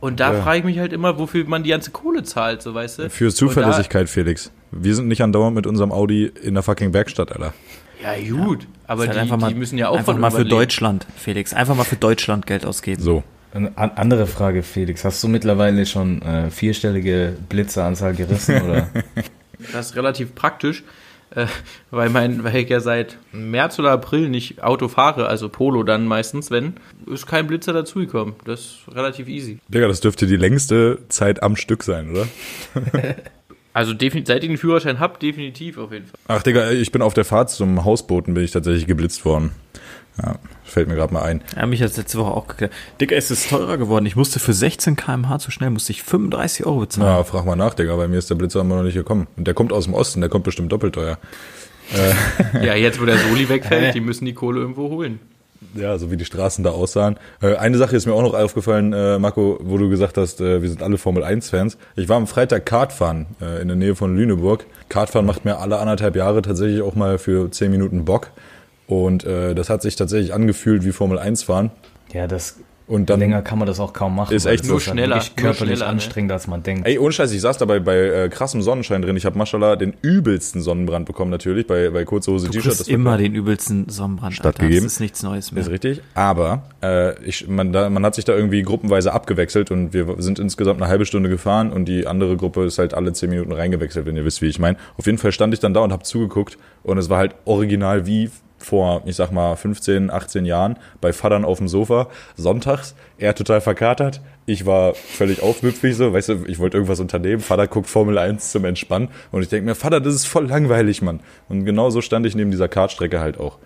S3: Und da frage ich mich halt immer, wofür man die ganze Kohle zahlt, so weißt du.
S2: Für
S3: Und
S2: Zuverlässigkeit, Felix. Wir sind nicht andauernd mit unserem Audi in der fucking Werkstatt, Alter.
S3: Da, ja, gut, aber
S1: Ist halt
S3: die, die müssen ja auch
S1: einfach
S3: von
S1: mal für
S3: irgendwas leben.
S1: Deutschland, Felix. Einfach mal für Deutschland Geld ausgeben.
S2: So.
S4: Eine an- andere Frage, Felix. Hast du mittlerweile schon äh, vierstellige Blitzeranzahl gerissen? Oder?
S3: Das ist relativ praktisch, äh, weil, mein, weil ich ja seit März oder April nicht Auto fahre, also Polo dann meistens, wenn, ist kein Blitzer dazugekommen. Das ist relativ easy.
S2: Digga, das dürfte die längste Zeit am Stück sein, oder?
S3: Also defin- seit ich den Führerschein habe, definitiv auf jeden Fall.
S2: Ach, Digga, ich bin auf der Fahrt zum Hausbooten, bin ich tatsächlich geblitzt worden. Ja, fällt mir gerade mal ein.
S1: Ja, mich hat letzte Woche auch geklärt. Digga, es ist teurer geworden. Ich musste für 16 km/h zu schnell, musste ich 35 Euro bezahlen.
S2: Na, Ah, frag mal nach, Digga, bei mir ist der Blitzer immer noch nicht gekommen. Und der kommt aus dem Osten, der kommt bestimmt doppelt teuer.
S3: Ja, jetzt wo der Soli wegfällt, die müssen die Kohle irgendwo holen.
S2: Ja, so wie die Straßen da aussahen. Äh, eine Sache ist mir auch noch aufgefallen, äh, Marco, wo du gesagt hast, äh, wir sind alle Formel-1-Fans. Ich war am Freitag Kartfahren äh, in der Nähe von Lüneburg. Kartfahren macht mir alle anderthalb Jahre tatsächlich auch mal für zehn Minuten Bock. Und äh, das hat sich tatsächlich angefühlt wie Formel-1-Fahren.
S4: Ja, das
S2: Und dann
S4: länger kann man das auch kaum machen.
S2: Ist
S4: weil
S2: echt
S4: das
S2: nur
S4: halt
S3: schneller,
S4: wirklich
S3: nur
S4: körperlich
S3: schneller, ne?
S4: anstrengender, als man denkt.
S2: Ey, ohne Scheiß, ich saß dabei bei äh, krassem Sonnenschein drin. Ich habe Maschallah den übelsten Sonnenbrand bekommen natürlich, bei, bei kurzer Hose
S1: Du
S2: T-Shirt.
S1: kriegst
S2: Das war
S1: immer den übelsten Sonnenbrand.
S2: Stattgegeben.
S1: Alter. Das ist nichts Neues mehr.
S2: Ist richtig. Aber äh, ich, man, da, man hat sich da irgendwie gruppenweise abgewechselt und wir sind insgesamt eine halbe Stunde gefahren und die andere Gruppe ist halt alle zehn Minuten reingewechselt, wenn ihr wisst, wie ich meine. Auf jeden Fall stand ich dann da und habe zugeguckt und es war halt original wie vor, ich sag mal, 15, 18 Jahren bei Vatern auf dem Sofa, sonntags, er total verkatert, ich war völlig aufmüpfig so, weißt du, ich wollte irgendwas unternehmen, Vater guckt Formel 1 zum Entspannen und ich denke mir, Vater, das ist voll langweilig, Mann. Und genau so stand ich neben dieser Kartstrecke halt auch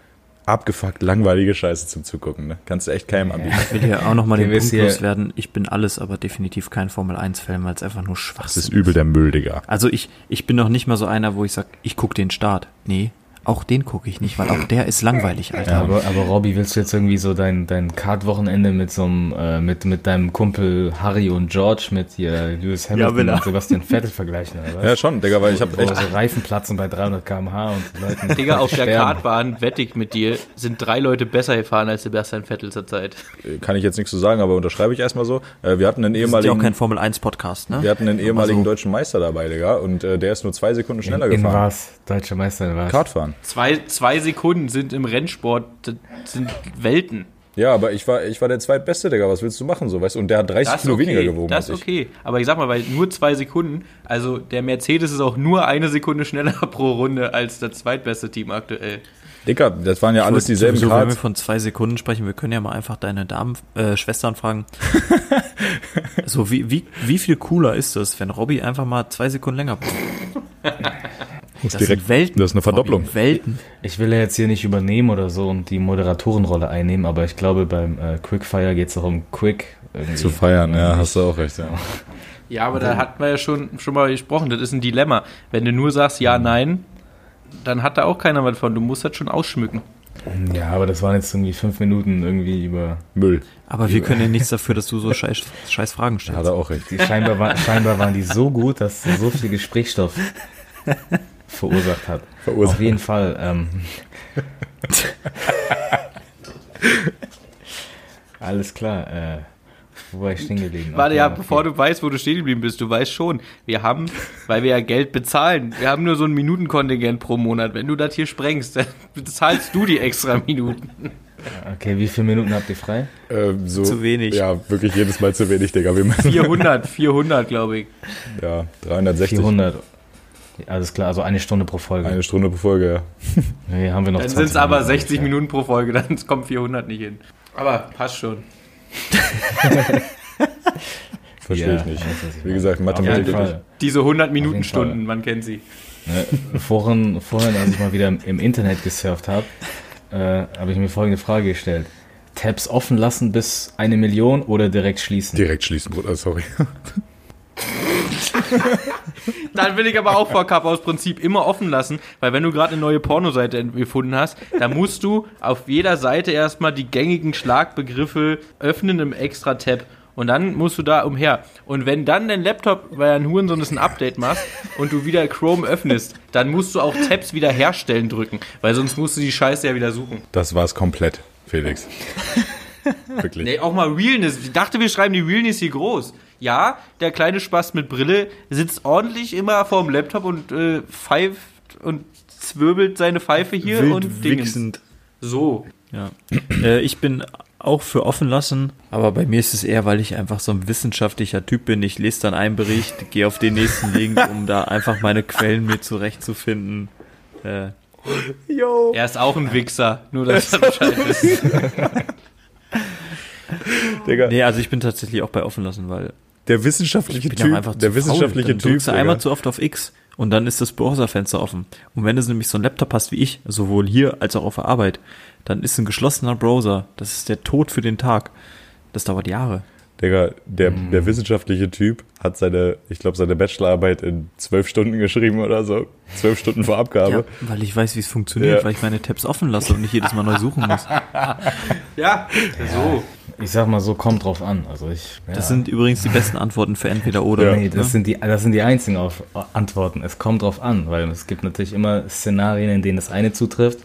S2: abgefuckt langweilige Scheiße zum Zugucken. Ne? Kannst du echt keinem anbieten.
S1: Ich will hier auch nochmal den
S4: Wir wissen
S1: Punkt
S4: hier-
S1: loswerden. Ich bin alles, aber definitiv kein Formel-1-Fan, weil es einfach nur
S2: Das
S1: Schwachsinn
S2: ist übel der Müll, Digga.
S1: Also ich, ich bin noch nicht mal so einer, wo ich sage, ich gucke den Start. Nee, auch den gucke ich nicht, weil auch der ist langweilig, Alter.
S4: Aber, aber Robby, willst du jetzt irgendwie so dein, dein Kart-Wochenende mit so einem, äh, mit, mit deinem Kumpel Harry und George, mit hier Lewis Hamilton
S1: will er.
S4: und Sebastian Vettel vergleichen, oder was?
S2: Ja, schon, Digga, weil ich habe
S4: Wo
S2: echt.
S4: so Reifen platzen bei 300 km/h und die Leute
S3: Digga, auf der
S4: sterben.
S3: Kartbahn, wette ich mit dir, sind drei Leute besser gefahren als Sebastian Vettel zurzeit.
S2: Kann ich jetzt nichts zu sagen, aber unterschreibe ich erstmal so. Äh, Wir hatten einen
S1: Das ist ja auch
S2: ehemaligen.
S1: kein Formel-1-Podcast, ne?
S2: Wir hatten einen ehemaligen
S1: so.
S2: deutschen Meister dabei, Digga, und äh, der ist nur zwei Sekunden schneller
S4: In
S2: gefahren.
S4: was? Deutscher Meister in was?
S2: Kartfahren.
S3: Zwei, zwei Sekunden sind im Rennsport, das sind Welten.
S2: Ja, aber ich war, ich war der zweitbeste, Digga. Was willst du machen, so weißt du? Und der hat 30
S3: Das ist
S2: Kilo
S3: okay,
S2: weniger gewogen
S3: das
S2: als ich.
S3: okay. Aber ich sag mal, weil nur zwei Sekunden, also der Mercedes ist auch nur eine Sekunde schneller pro Runde als das zweitbeste Team aktuell.
S2: Digga, das waren ja alles dieselben
S1: so, wenn wir
S2: Karts.
S1: von zwei Sekunden sprechen, wir können ja mal einfach deine Damen, äh, Schwestern fragen. so, wie, wie, wie viel cooler ist das, wenn Robby einfach mal zwei Sekunden länger braucht? Das
S2: direkt- das ist eine Verdopplung.
S1: Robby, Welten.
S4: Ich will ja jetzt hier nicht übernehmen oder so und die Moderatorenrolle einnehmen, aber ich glaube, beim äh, Quickfire geht es auch um Quick. Irgendwie.
S2: Zu feiern, ja, hast du auch recht. Ja.
S3: Ja, aber da hatten wir ja schon, schon mal gesprochen. Das ist ein Dilemma. Wenn du nur sagst ja, nein, dann hat da auch keiner was von. Du musst das schon ausschmücken.
S4: Ja, aber das waren jetzt irgendwie fünf Minuten irgendwie über.
S2: Müll.
S1: Aber wir können ja nichts dafür, dass du so scheiß, scheiß Fragen
S2: Hat
S1: stellst.
S2: er auch recht.
S4: Die scheinbar, war, scheinbar waren die so gut, dass sie so viel Gesprächsstoff verursacht hat.
S2: Verursacht.
S4: Auf jeden Fall. Ähm, Alles klar. Äh, wo war ich stehen geblieben?
S3: Warte,
S4: Ach
S3: ja,
S4: okay.
S3: bevor du weißt, wo du stehen geblieben bist, du weißt schon, wir haben, weil wir ja Geld bezahlen, wir haben nur so ein Minutenkontingent pro Monat. Wenn du das hier sprengst, dann bezahlst du die extra Minuten.
S4: Okay, wie viele Minuten habt ihr frei?
S2: Äh, so,
S1: Zu wenig.
S2: Ja, wirklich jedes Mal zu wenig, Digga. Wir müssen,
S3: 400, 400, glaube ich.
S2: ja, 360.
S4: 400. Alles klar, also eine Stunde pro Folge.
S2: Eine Stunde pro Folge, ja.
S4: Nee, haben wir noch
S3: Dann
S4: 20
S3: sind es aber
S4: Minuten.
S3: 60
S4: Ja.
S3: Minuten pro Folge, dann kommen 400 nicht hin. Aber passt schon.
S2: Verstehe
S4: Ja,
S2: ich nicht.
S4: weiß, was ich
S2: Wie
S4: meine.
S2: gesagt,
S4: Auf jeden
S2: Mathematik.
S4: Fall.
S3: Diese 100
S4: Fall.
S3: Minuten-Stunden, man kennt sie.
S4: Vorhin, vorhin, als ich mal wieder im- im Internet gesurft habe, äh, habe ich mir folgende Frage gestellt. Tabs offen lassen bis eine Million oder direkt schließen?
S2: Direkt schließen, Bruder, sorry.
S3: Dann will ich aber auch vor Cup aus Prinzip immer offen lassen, weil wenn du gerade eine neue Pornoseite ent- gefunden hast, dann musst du auf jeder Seite erstmal die gängigen Schlagbegriffe öffnen im Extra-Tab. Und dann musst du da umher. Und wenn dann dein Laptop, weil ein Hurensohn ist, ein Update machst und du wieder Chrome öffnest, dann musst du auch Tabs wieder herstellen drücken, weil sonst musst du die Scheiße ja wieder suchen.
S2: Das war's komplett, Felix. Wirklich.
S3: Nee, auch mal Realness. Ich dachte, wir schreiben die Realness hier groß. Ja, der kleine Spaß mit Brille sitzt ordentlich immer vorm Laptop und äh, pfeift und zwirbelt seine Pfeife hier und Dingens.
S1: wichsend.
S3: So.
S1: Ja. äh, ich bin auch für offen lassen. Aber bei mir ist es eher, weil ich einfach so ein wissenschaftlicher Typ bin. Ich lese dann einen Bericht, gehe auf den nächsten Link, um da einfach meine Quellen mir zurechtzufinden. Äh,
S2: Yo.
S3: Er ist auch ein Wichser, nur dass er Bescheid ist.
S2: Digga,
S1: nee, also ich bin tatsächlich auch bei offen lassen, weil
S2: der wissenschaftliche
S1: ich bin auch
S2: Typ,
S1: einfach zu
S2: der wissenschaftliche
S1: faul. Dann
S2: Typ,
S1: drückst du einmal
S2: Digga.
S1: zu oft auf X und dann ist das Browserfenster offen. Und wenn es nämlich so ein Laptop hast wie ich, sowohl hier als auch auf der Arbeit, dann ist ein geschlossener Browser, das ist der Tod für den Tag. Das dauert Jahre.
S2: Digga, der,
S1: Mhm.
S2: der wissenschaftliche Typ hat seine, ich glaube, seine Bachelorarbeit in zwölf Stunden geschrieben oder so. Zwölf Stunden vor Abgabe.
S1: weil ich weiß, wie es funktioniert,
S2: Ja.
S1: weil ich meine Tabs offen lasse und nicht jedes Mal neu suchen muss.
S3: ja, so.
S4: Ich sag mal so, kommt drauf an. Also ich. Ja.
S1: Das sind übrigens die besten Antworten für entweder oder.
S2: Ja.
S4: Nee, das
S1: ne?
S4: sind die, das sind die einzigen auf, Antworten. Es kommt drauf an, weil es gibt natürlich immer Szenarien, in denen das eine zutrifft.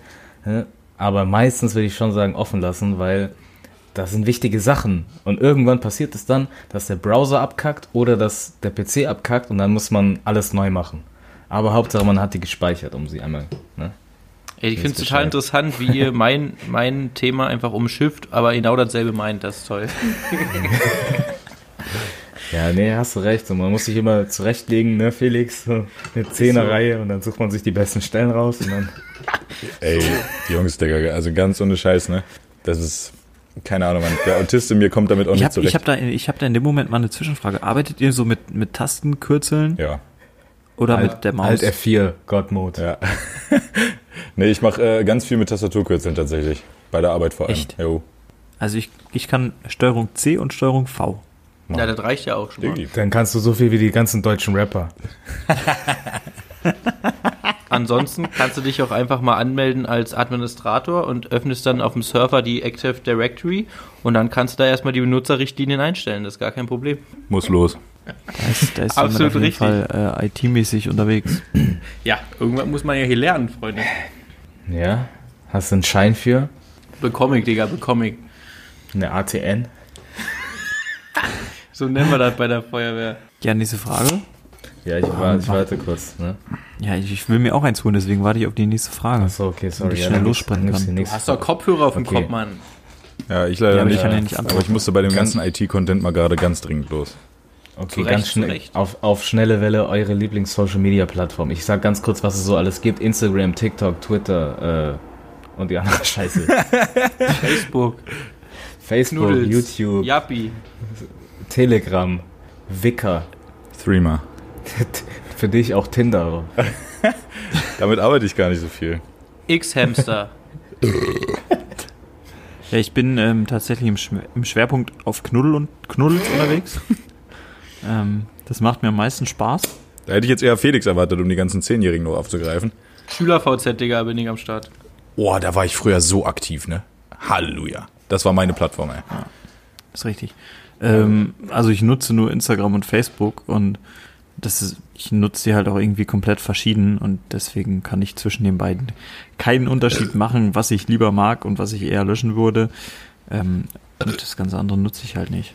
S4: ne? Aber meistens würde ich schon sagen, offen lassen, weil das sind wichtige Sachen. Und irgendwann passiert es dann, dass der Browser abkackt oder dass der PC abkackt und dann muss man alles neu machen. Aber Hauptsache, man hat die gespeichert, um sie einmal. Ne?
S3: Ey, ich finde es
S4: Bescheid.
S3: total interessant, wie ihr mein, mein Thema einfach umschifft, aber genau dasselbe meint. Das ist toll.
S4: Ja, nee, hast du recht. Und man muss sich immer zurechtlegen, ne, Felix? So eine Zehnerreihe und dann sucht man sich die besten Stellen raus und dann.
S2: Ey, Jungs, Digga, also ganz ohne Scheiß, ne? Das ist, keine Ahnung, Mann. Der Autist in mir kommt damit auch
S1: Ich
S2: nicht
S1: habe
S2: zurecht.
S1: hab da, ich hab da in dem Moment mal eine Zwischenfrage. Arbeitet ihr so mit, mit Tastenkürzeln
S2: ja. Halt,
S1: oder mit Halt der Maus?
S4: Alt F4, God Mode.
S2: Ja. nee, ich mache äh, ganz viel mit Tastaturkürzeln tatsächlich. Bei der Arbeit vor allem.
S1: Echt?
S2: Jo.
S1: also ich, ich kann Steuerung C und Steuerung V.
S3: Ja, das reicht ja auch schon mal.
S2: Digi.
S4: Dann kannst du so viel wie die ganzen deutschen Rapper.
S3: Ansonsten kannst du dich auch einfach mal anmelden als Administrator und öffnest dann auf dem Server die Active Directory und dann kannst du da erstmal die Benutzerrichtlinien einstellen. Das ist gar kein Problem.
S2: Muss los.
S1: Da ist, da ist
S3: Absolut
S1: jemand auf jeden
S3: richtig.
S1: Fall äh, IT-mäßig unterwegs.
S3: Ja, irgendwann muss man ja hier lernen, Freunde.
S4: Ja? Hast du einen Schein für?
S3: Bekomme ich, Digga, bekomme ich.
S4: Eine ATN?
S3: So nennen wir das bei der Feuerwehr.
S1: Ja, nächste Frage.
S4: Ja, ich, war, ich warte kurz. Ne?
S1: Ja, ich, ich will mir auch eins holen, deswegen warte ich auf die nächste Frage.
S4: Achso, okay, sorry.
S1: ich
S4: ja,
S1: schnell
S4: dann gibt's-
S1: lossprinten
S4: dann gibt's die
S1: kann.
S4: nächste
S3: Hast doch Kopfhörer auf dem
S4: Okay.
S3: Kopf, Mann.
S2: Ja, ich leider
S1: Ja, aber
S2: nicht.
S1: ich kann ja nicht
S2: aber ich musste bei dem ganzen IT-Content mal gerade ganz dringend los.
S4: Okay,
S3: Zu
S4: ganz
S3: Recht, zu
S4: schnell.
S3: Recht.
S4: Auf, auf schnelle Welle eure Lieblings-Social-Media-Plattform. Ich sag ganz kurz, was es so alles gibt: Instagram, TikTok, Twitter äh, und die andere Scheiße.
S3: Facebook,
S4: Facebook,
S3: Noodles,
S4: YouTube,
S3: Yappi.
S4: Telegram, Wicker.
S2: Threema.
S4: Für dich auch Tinder.
S2: Damit arbeite ich gar nicht so viel.
S3: X-Hamster.
S1: Ja, ich bin ähm, tatsächlich im, Schwer- im Schwerpunkt auf Knuddel und Knuddels unterwegs. ähm, das macht mir am meisten Spaß.
S2: Da hätte ich jetzt eher Felix erwartet, um die ganzen Zehnjährigen nur aufzugreifen.
S3: SchülerVZ, Digga, bin ich am Start.
S2: Boah, da war ich früher so aktiv, ne? Halleluja. Das war meine Plattform, ey.
S1: Ist richtig. Ähm, also ich nutze nur Instagram und Facebook und das ist, ich nutze die halt auch irgendwie komplett verschieden und deswegen kann ich zwischen den beiden keinen Unterschied machen, was ich lieber mag und was ich eher löschen würde. Ähm, und das ganze andere nutze ich halt nicht.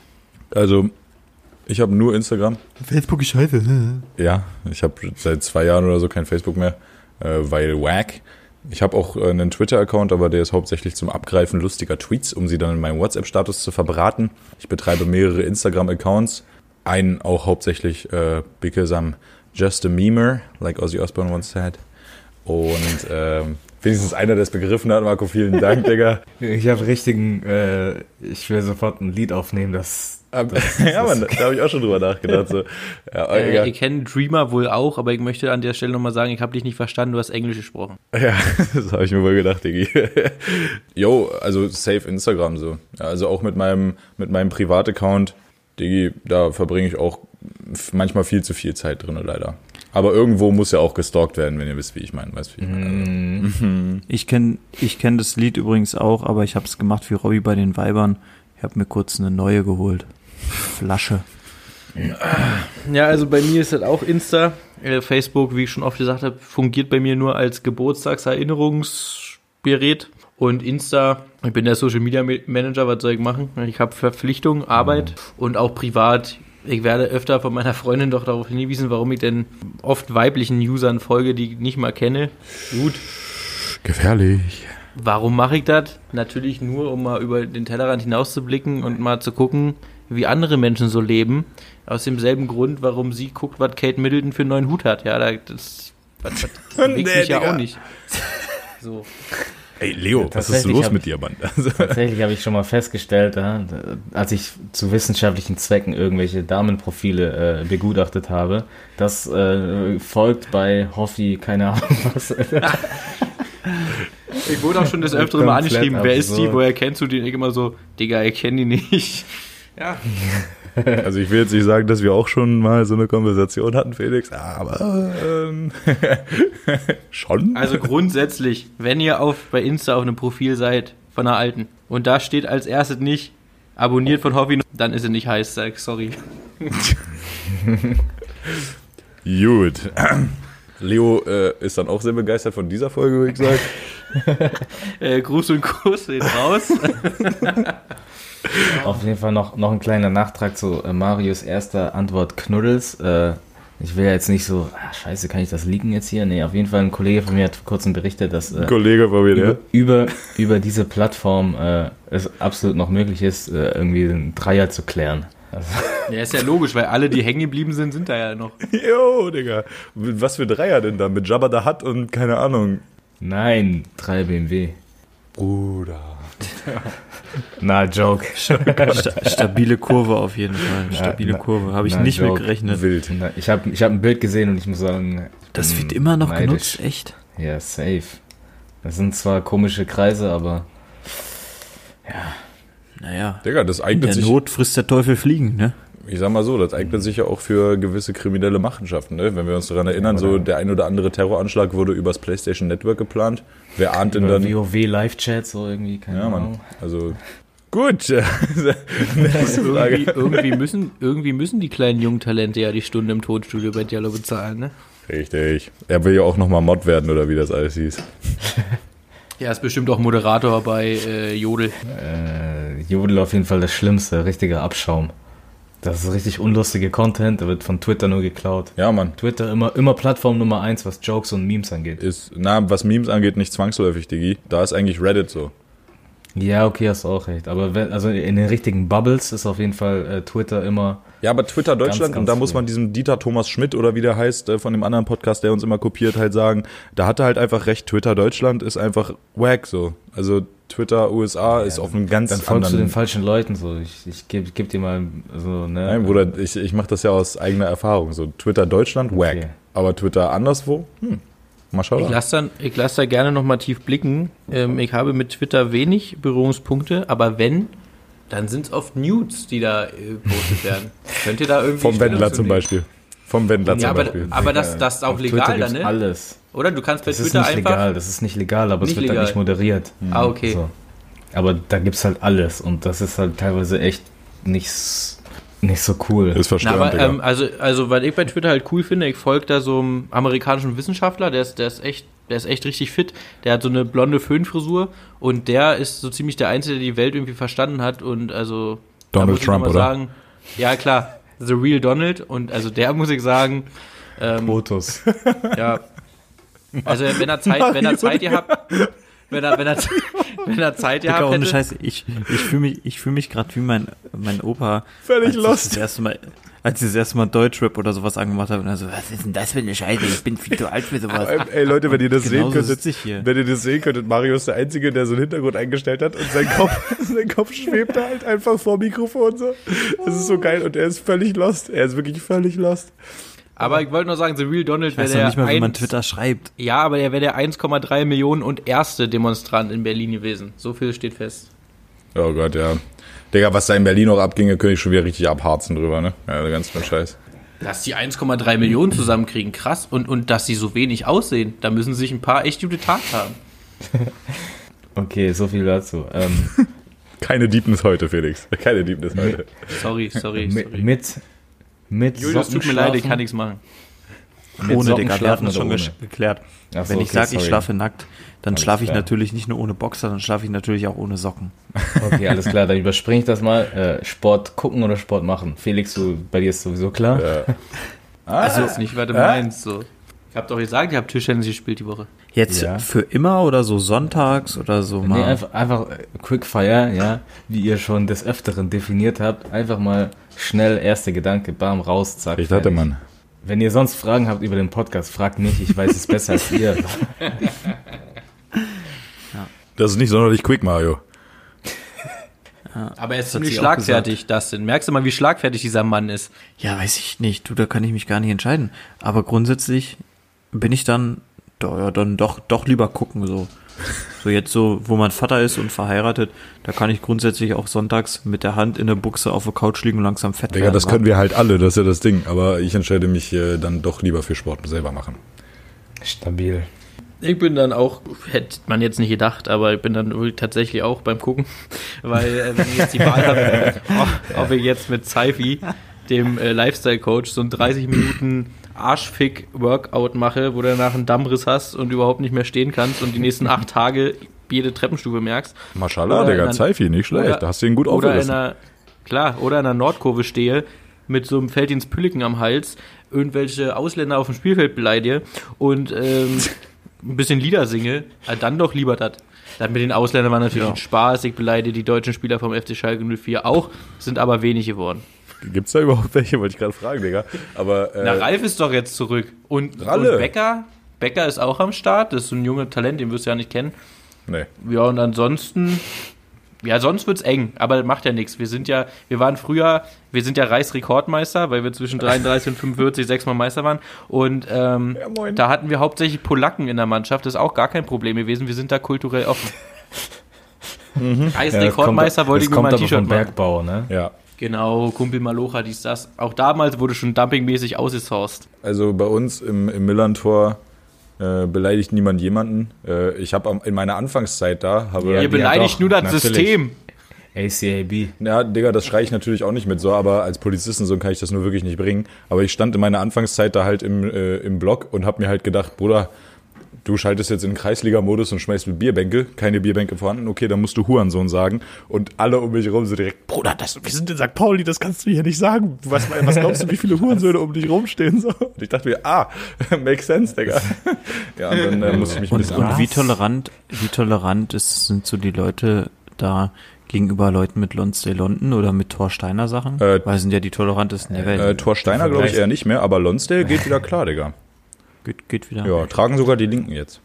S2: Also, ich habe nur Instagram.
S1: Facebook ist scheiße.
S2: Ja, ich habe seit zwei Jahren oder so kein Facebook mehr, äh, weil whack. Ich habe auch äh, einen Twitter-Account, aber der ist hauptsächlich zum Abgreifen lustiger Tweets, um sie dann in meinen WhatsApp-Status zu verbraten. Ich betreibe mehrere Instagram-Accounts. Einen auch hauptsächlich äh, because I'm just a memer, like Ozzy Osbourne once said. Und ähm, wenigstens einer, der es begriffen hat, Marco, vielen Dank, Digga.
S4: Ich habe richtigen. Äh, ich will sofort ein Lied aufnehmen, das.
S2: Ähm, ja, Mann, da habe ich auch schon drüber nachgedacht. So. Ja, egal.
S3: Äh, ihr kennt Dreamer wohl auch, aber ich möchte an der Stelle nochmal sagen, ich habe dich nicht verstanden, du hast Englisch gesprochen.
S2: Ja, das habe ich mir wohl gedacht, Digi. Jo, also safe Instagram so. Ja, also auch mit meinem, mit meinem Privataccount, Digi, da verbringe ich auch f- manchmal viel zu viel Zeit drin, leider. Aber irgendwo muss ja auch gestalkt werden, wenn ihr wisst, wie ich meine. Weißt, wie ich also. meine.
S4: Mm.
S1: Ich kenne ich kenn das Lied übrigens auch, aber ich habe es gemacht wie Robbie bei den Weibern. Ich habe mir kurz eine neue geholt. Flasche.
S3: Ja, also bei mir ist das auch Insta. Äh, Facebook, wie ich schon oft gesagt habe, fungiert bei mir nur als Geburtstagserinnerungsgerät. Und Insta, ich bin der Social Media Ma- Manager, was soll ich machen? Ich habe Verpflichtungen, Arbeit und auch privat. Ich werde öfter von meiner Freundin doch darauf hingewiesen, warum ich denn oft weiblichen Usern folge, die ich nicht mal kenne. Gut,
S2: Gefährlich.
S3: Warum mache ich das? Natürlich nur, um mal über den Tellerrand hinauszublicken und mal zu gucken, wie andere Menschen so leben. Aus demselben Grund, warum sie guckt, was Kate Middleton für einen neuen Hut hat. Ja, da, das was, was, bewegt
S2: Nee,
S3: mich ja
S2: Digga.
S3: auch nicht. So.
S2: Ey, Leo, was ist
S4: Tatsächlich
S2: los
S4: hab-
S2: mit dir, Mann? Also,
S4: Tatsächlich habe ich schon mal festgestellt, ja, als ich zu wissenschaftlichen Zwecken irgendwelche Damenprofile äh, begutachtet habe, das äh, folgt bei Hoffi, keine Ahnung was.
S3: Ich wurde auch schon des Öfteren mal
S4: Komplett
S3: angeschrieben, wer ist die,
S4: absurd.
S3: woher kennst du die? Und ich immer so, Digga, ich kenne die nicht.
S2: also ich will jetzt nicht sagen, dass wir auch schon mal so eine Konversation hatten, Felix, aber ähm, schon.
S3: Also grundsätzlich, wenn ihr auf, bei Insta auf einem Profil seid von einer alten und da steht als erstes nicht abonniert von Hobby, dann ist sie nicht heiß, sag ich, sorry.
S2: Gut. Leo äh, ist dann auch sehr begeistert von dieser Folge, würde ich sagen.
S3: Äh, Gruß und Kuss geht raus.
S4: Auf jeden Fall noch, noch ein kleiner Nachtrag zu äh, Marius erster Antwort Knuddels. Äh, ich will ja jetzt nicht so, ah, scheiße, kann ich das liegen jetzt hier? Nee, auf jeden Fall ein Kollege von mir hat vor kurzem berichtet, dass äh,
S2: Kollege von mir,
S4: über,
S2: der.
S4: über, über diese Plattform äh, es absolut noch möglich ist, äh, irgendwie einen Dreier zu klären.
S3: Ja, ist ja logisch, weil alle, die hängen geblieben sind, sind da ja noch.
S2: Jo, Digga. Was für Dreier denn da? Mit Jabba da Hutt und keine Ahnung.
S4: Nein, 3 BMW.
S2: Bruder.
S4: Na, Joke.
S5: Sta stabile Kurve auf jeden Fall. Stabile
S4: na-
S5: Kurve. Habe ich
S4: na,
S5: nicht
S4: Joke.
S5: mit gerechnet.
S2: Wild.
S4: Na, ich habe ich hab ein Bild gesehen und ich muss sagen,
S5: Das
S4: bin
S5: wird immer noch
S4: neidisch.
S5: genutzt, echt.
S4: Ja, safe. Das sind zwar komische Kreise, aber
S5: Naja.
S2: Digga, das eignet
S5: Der
S2: sich.
S5: Not frisst der Teufel fliegen, ne?
S2: Ich sag mal so, das eignet sich ja auch für gewisse kriminelle Machenschaften, ne? Wenn wir uns daran erinnern, so der ein oder andere Terroranschlag wurde übers PlayStation Network geplant. Wer ahnt denn
S4: über
S2: dann?
S4: WoW Live-Chat so irgendwie, keine
S2: Ja,
S4: Ahnung.
S2: Mann. Also. Gut. Nächste
S3: Irgendwie,
S2: Frage.
S3: irgendwie, müssen, irgendwie müssen die kleinen jungen Talente ja die Stunde im Tonstudio bei Diallo bezahlen, ne?
S2: Richtig. Er will ja auch nochmal Mod werden, oder wie das alles hieß.
S3: Ja, ist bestimmt auch Moderator bei äh, Jodel.
S4: Äh, Jodel auf jeden Fall das Schlimmste, richtiger Abschaum. Das ist richtig unlustige Content, der wird von Twitter nur geklaut.
S2: Ja, Mann.
S4: Twitter immer, immer Plattform Nummer eins, was Jokes und Memes angeht.
S2: Ist, na, was Memes angeht, nicht zwangsläufig, Digi. Da ist eigentlich Reddit so.
S4: Ja, okay, hast auch recht. Aber wenn, also in den richtigen Bubbles ist auf jeden Fall äh, Twitter immer.
S2: Ja, aber Twitter Deutschland,
S4: Ganz, ganz
S2: und da muss
S4: viel.
S2: man diesem Dieter Thomas Schmidt oder wie der heißt, äh, von dem anderen Podcast, der uns immer kopiert, halt sagen, da hat er halt einfach recht, Twitter Deutschland ist einfach wack so. Also Twitter USA ist auf einem ganz
S4: Dann folgst du den
S2: anderen...
S4: falschen Leuten so. Ich, ich geb, geb dir mal so, ne?
S2: Nein, Bruder, ich, ich mache das ja aus eigener Erfahrung. So Twitter Deutschland, wack.
S4: Okay.
S2: Aber Twitter anderswo, hm, mal
S3: Ich
S2: schauen.
S3: lasse dann, ich lass da gerne nochmal tief blicken. Ähm, ich habe mit Twitter wenig Berührungspunkte, aber wenn, dann sind es oft Nudes, die da äh, gepostet werden. Könnt ihr da irgendwie.
S2: Vom
S3: Stellung
S2: Wendler
S3: zu
S2: zum
S3: nehmen?
S2: Beispiel. Vom Wendler
S3: Ja,
S2: zum
S3: aber,
S2: Beispiel.
S3: aber das, das ist auch
S4: Auf Twitter
S3: legal dann,
S4: gibt's
S3: ne?
S4: alles.
S3: Oder? Du kannst bei
S4: Das ist
S3: Twitter
S4: nicht
S3: einfach.
S4: legal, das ist nicht legal, aber
S3: Nicht
S4: es wird
S3: legal.
S4: halt nicht moderiert.
S3: Ah, okay.
S4: So. Aber da gibt's halt alles und das ist halt teilweise echt nicht, s- nicht so cool.
S2: ist
S3: Na,
S2: verstörend,
S3: aber
S2: Digga.
S3: ähm, also, also, was ich bei Twitter halt cool finde, ich folge da so einem amerikanischen Wissenschaftler, der ist, der ist echt, der ist echt richtig fit. Der hat so eine blonde Föhnfrisur und der ist so ziemlich der Einzige, der die Welt irgendwie verstanden hat und also da
S2: Donald
S3: muss ich
S2: Trump,
S3: noch mal
S2: oder?
S3: Sagen, ja klar, the real Donald und also der muss ich sagen, ähm,
S4: Fotos.
S3: ja, also wenn er Zeit, wenn er Zeit ihr habt, wenn er, wenn er, wenn er Zeit ihr
S5: Digga,
S3: habt,
S5: ohne
S3: hätte,
S5: Scheiße, ich, ich fühle mich, ich fühl mich gerade wie mein, mein Opa.
S2: Völlig
S5: als ich
S2: lost.
S5: Das erste Mal, als ich das erste Mal Deutschrap oder sowas angemacht habe und er so, was ist denn das für eine Scheiße? Ich bin viel zu alt für sowas.
S4: äh,
S2: Ähm, Ey Leute, wenn ihr das
S5: Genauso
S2: sehen könntet,
S5: sitz ich hier.
S2: wenn ihr das sehen könntet, Mario ist der Einzige, der so einen Hintergrund eingestellt hat und sein Kopf, sein Kopf schwebt da halt einfach vor Mikrofon so. Das ist so geil und er ist völlig lost. Er ist wirklich völlig lost.
S3: aber ich wollte nur sagen, the real Donald
S5: Ich weiß noch
S3: wäre der
S5: nicht mal, wie man
S3: eins-
S5: Twitter schreibt.
S3: Ja, aber er wäre der 1,3 Millionen und erste Demonstrant in Berlin gewesen. So viel steht fest.
S2: Oh Gott, ja. Digga, was da in Berlin auch abginge, könnte ich schon wieder richtig abharzen drüber, ne? Ja, ganz viel Scheiß.
S3: Dass die 1,3 Millionen zusammenkriegen, krass. Und, und dass sie so wenig aussehen, da müssen sich ein paar echt gute Tat haben.
S4: Okay, so viel dazu. Ähm,
S2: Keine Deepness heute, Felix. Keine Deepness heute.
S3: Sorry, sorry,
S4: mit,
S3: sorry.
S4: mit, mit
S3: Julius, tut mir leid, ich kann
S4: nicht.
S3: nichts machen.
S5: Ohne,
S4: Socken
S5: Digga, wir
S4: schlafen
S5: hatten das schon
S4: oder
S5: gesch-
S4: ohne?
S5: geklärt.
S4: Ach so,
S5: Wenn ich
S4: okay,
S5: sage, ich
S4: sorry.
S5: schlafe nackt, dann schlafe ich
S4: klar.
S5: natürlich nicht nur ohne Boxer, dann schlafe ich natürlich auch ohne Socken.
S4: Okay, alles klar, dann überspringe ich das mal. Äh, Sport gucken oder Sport machen? Felix, du, bei dir ist sowieso klar.
S2: Ja.
S3: Also ist nicht, was du meinst. So. Ich hab doch gesagt, ich hab Tischtennis gespielt die Woche.
S5: Jetzt
S4: Ja.
S5: für immer oder so sonntags oder so mal?
S4: Nee, einfach, einfach äh, Quickfire, ja, wie ihr schon des Öfteren definiert habt. Einfach mal schnell, erster Gedanke, bam, raus, zack.
S2: Ich dachte,
S4: fertig.
S2: man.
S4: Wenn ihr sonst Fragen habt über den Podcast, fragt mich, ich weiß es besser als ihr.
S2: Das ist nicht sonderlich quick, Mario.
S3: Aber er ist
S5: hat
S3: ziemlich
S5: sie auch gesagt.
S3: schlagfertig, Dustin. Merkst du mal, wie schlagfertig dieser Mann ist?
S5: Ja, weiß ich nicht. Du, da kann ich mich gar nicht entscheiden. Aber grundsätzlich bin ich dann, doch, ja, dann doch, doch lieber gucken, so. So jetzt so, wo mein Vater ist und verheiratet, da kann ich grundsätzlich auch sonntags mit der Hand in der Buchse auf der Couch liegen und langsam fett
S2: Digga,
S5: werden.
S2: das
S5: wa?
S2: können wir halt alle, das ist ja das Ding. Aber ich entscheide mich äh, dann doch lieber für Sport selber machen.
S4: Stabil.
S3: Ich bin dann auch, hätte man jetzt nicht gedacht, aber ich bin dann wohl tatsächlich auch beim Gucken, weil äh, wenn ich jetzt die Wahl habe, ob, ob ich jetzt mit Saifi, dem äh, Lifestyle-Coach, so einen 30 Minuten Arschfick-Workout mache, wo du danach einen Dammriss hast und überhaupt nicht mehr stehen kannst und die nächsten acht Tage jede Treppenstufe merkst.
S2: Maschallah,
S3: Oder in
S2: Digga,
S3: einer-
S2: Zeifi, nicht schlecht.
S3: oder-
S2: da hast du ihn gut
S3: Oder in
S2: aufgelassen.
S3: einer, klar, oder in einer Nordkurve stehe, mit so einem Feldins Pülliken am Hals, irgendwelche Ausländer auf dem Spielfeld beleidige und ähm, ein bisschen Lieder singe, äh, dann doch lieber das. Dann mit den Ausländern war natürlich ein Spaß, ich beleidige die deutschen Spieler vom FC Schalke 04 auch, sind aber wenig geworden.
S2: Gibt's da überhaupt welche? Wollte ich gerade fragen, Digga. Aber
S3: Na,
S2: äh,
S3: Ralf ist doch jetzt zurück. Und,
S2: Ralle.
S3: und Becker, Becker ist auch am Start, das ist so ein junges Talent, den wirst du ja nicht kennen.
S2: nee.
S3: Ja, und ansonsten, ja, sonst wird's eng, aber das macht ja nichts. Wir sind ja, wir waren früher, wir sind ja Reichsrekordmeister, weil wir zwischen 33 und 45 sechsmal Meister waren. Und ähm,
S2: Ja, moin.
S3: da hatten wir hauptsächlich Polacken in der Mannschaft, das ist auch gar kein Problem gewesen. Wir sind da kulturell offen.
S4: Mhm. Ja, das
S3: Reichsrekordmeister
S4: kommt-
S3: wollte ich
S4: das
S3: mir mal
S4: kommt
S3: ein
S4: aber vom
S3: T-Shirt machen.
S4: Bergbau, ne?
S2: Ja.
S3: Genau, Kumpel Malocha, dies, das. Auch damals wurde schon dumpingmäßig ausgesourced.
S2: Also bei uns im, im Millantor äh, beleidigt niemand jemanden. Äh, ich habe in meiner Anfangszeit da habe
S4: Ja,
S3: Ihr
S4: die-
S3: beleidigt
S4: doch,
S3: nur das
S4: natürlich.
S3: System.
S4: ACAB.
S2: Ja, Digga, das schreie ich natürlich auch nicht mit so, aber als Polizistensohn kann ich das nur wirklich nicht bringen. Aber ich stand in meiner Anfangszeit da halt im, äh, im Block und hab mir halt gedacht, Bruder, du schaltest jetzt in Kreisliga-Modus und schmeißt mit Bierbänke, keine Bierbänke vorhanden, okay, dann musst du Hurensohn sagen. Und alle um mich rum so direkt, Bruder, das, wir sind in St. Pauli, das kannst du hier nicht sagen. Was, was glaubst du, wie viele Hurensöhne um dich rumstehen? So. Und ich dachte mir, ah, makes sense, Digga. Ja, und dann äh, musste ich mich ein
S5: Und,
S2: bisschen
S5: und wie
S2: anpassen.
S5: tolerant, wie tolerant ist, sind so die Leute da gegenüber Leuten mit Lonsdale London oder mit Thorsteiner Sachen?
S2: Äh,
S5: Weil sind ja die tolerantesten der Welt.
S2: äh, Thor Steiner glaube ich eher nicht mehr, aber Lonsdale geht wieder klar, Digga.
S5: geht, geht wieder.
S2: Ja, tragen sogar die Linken jetzt.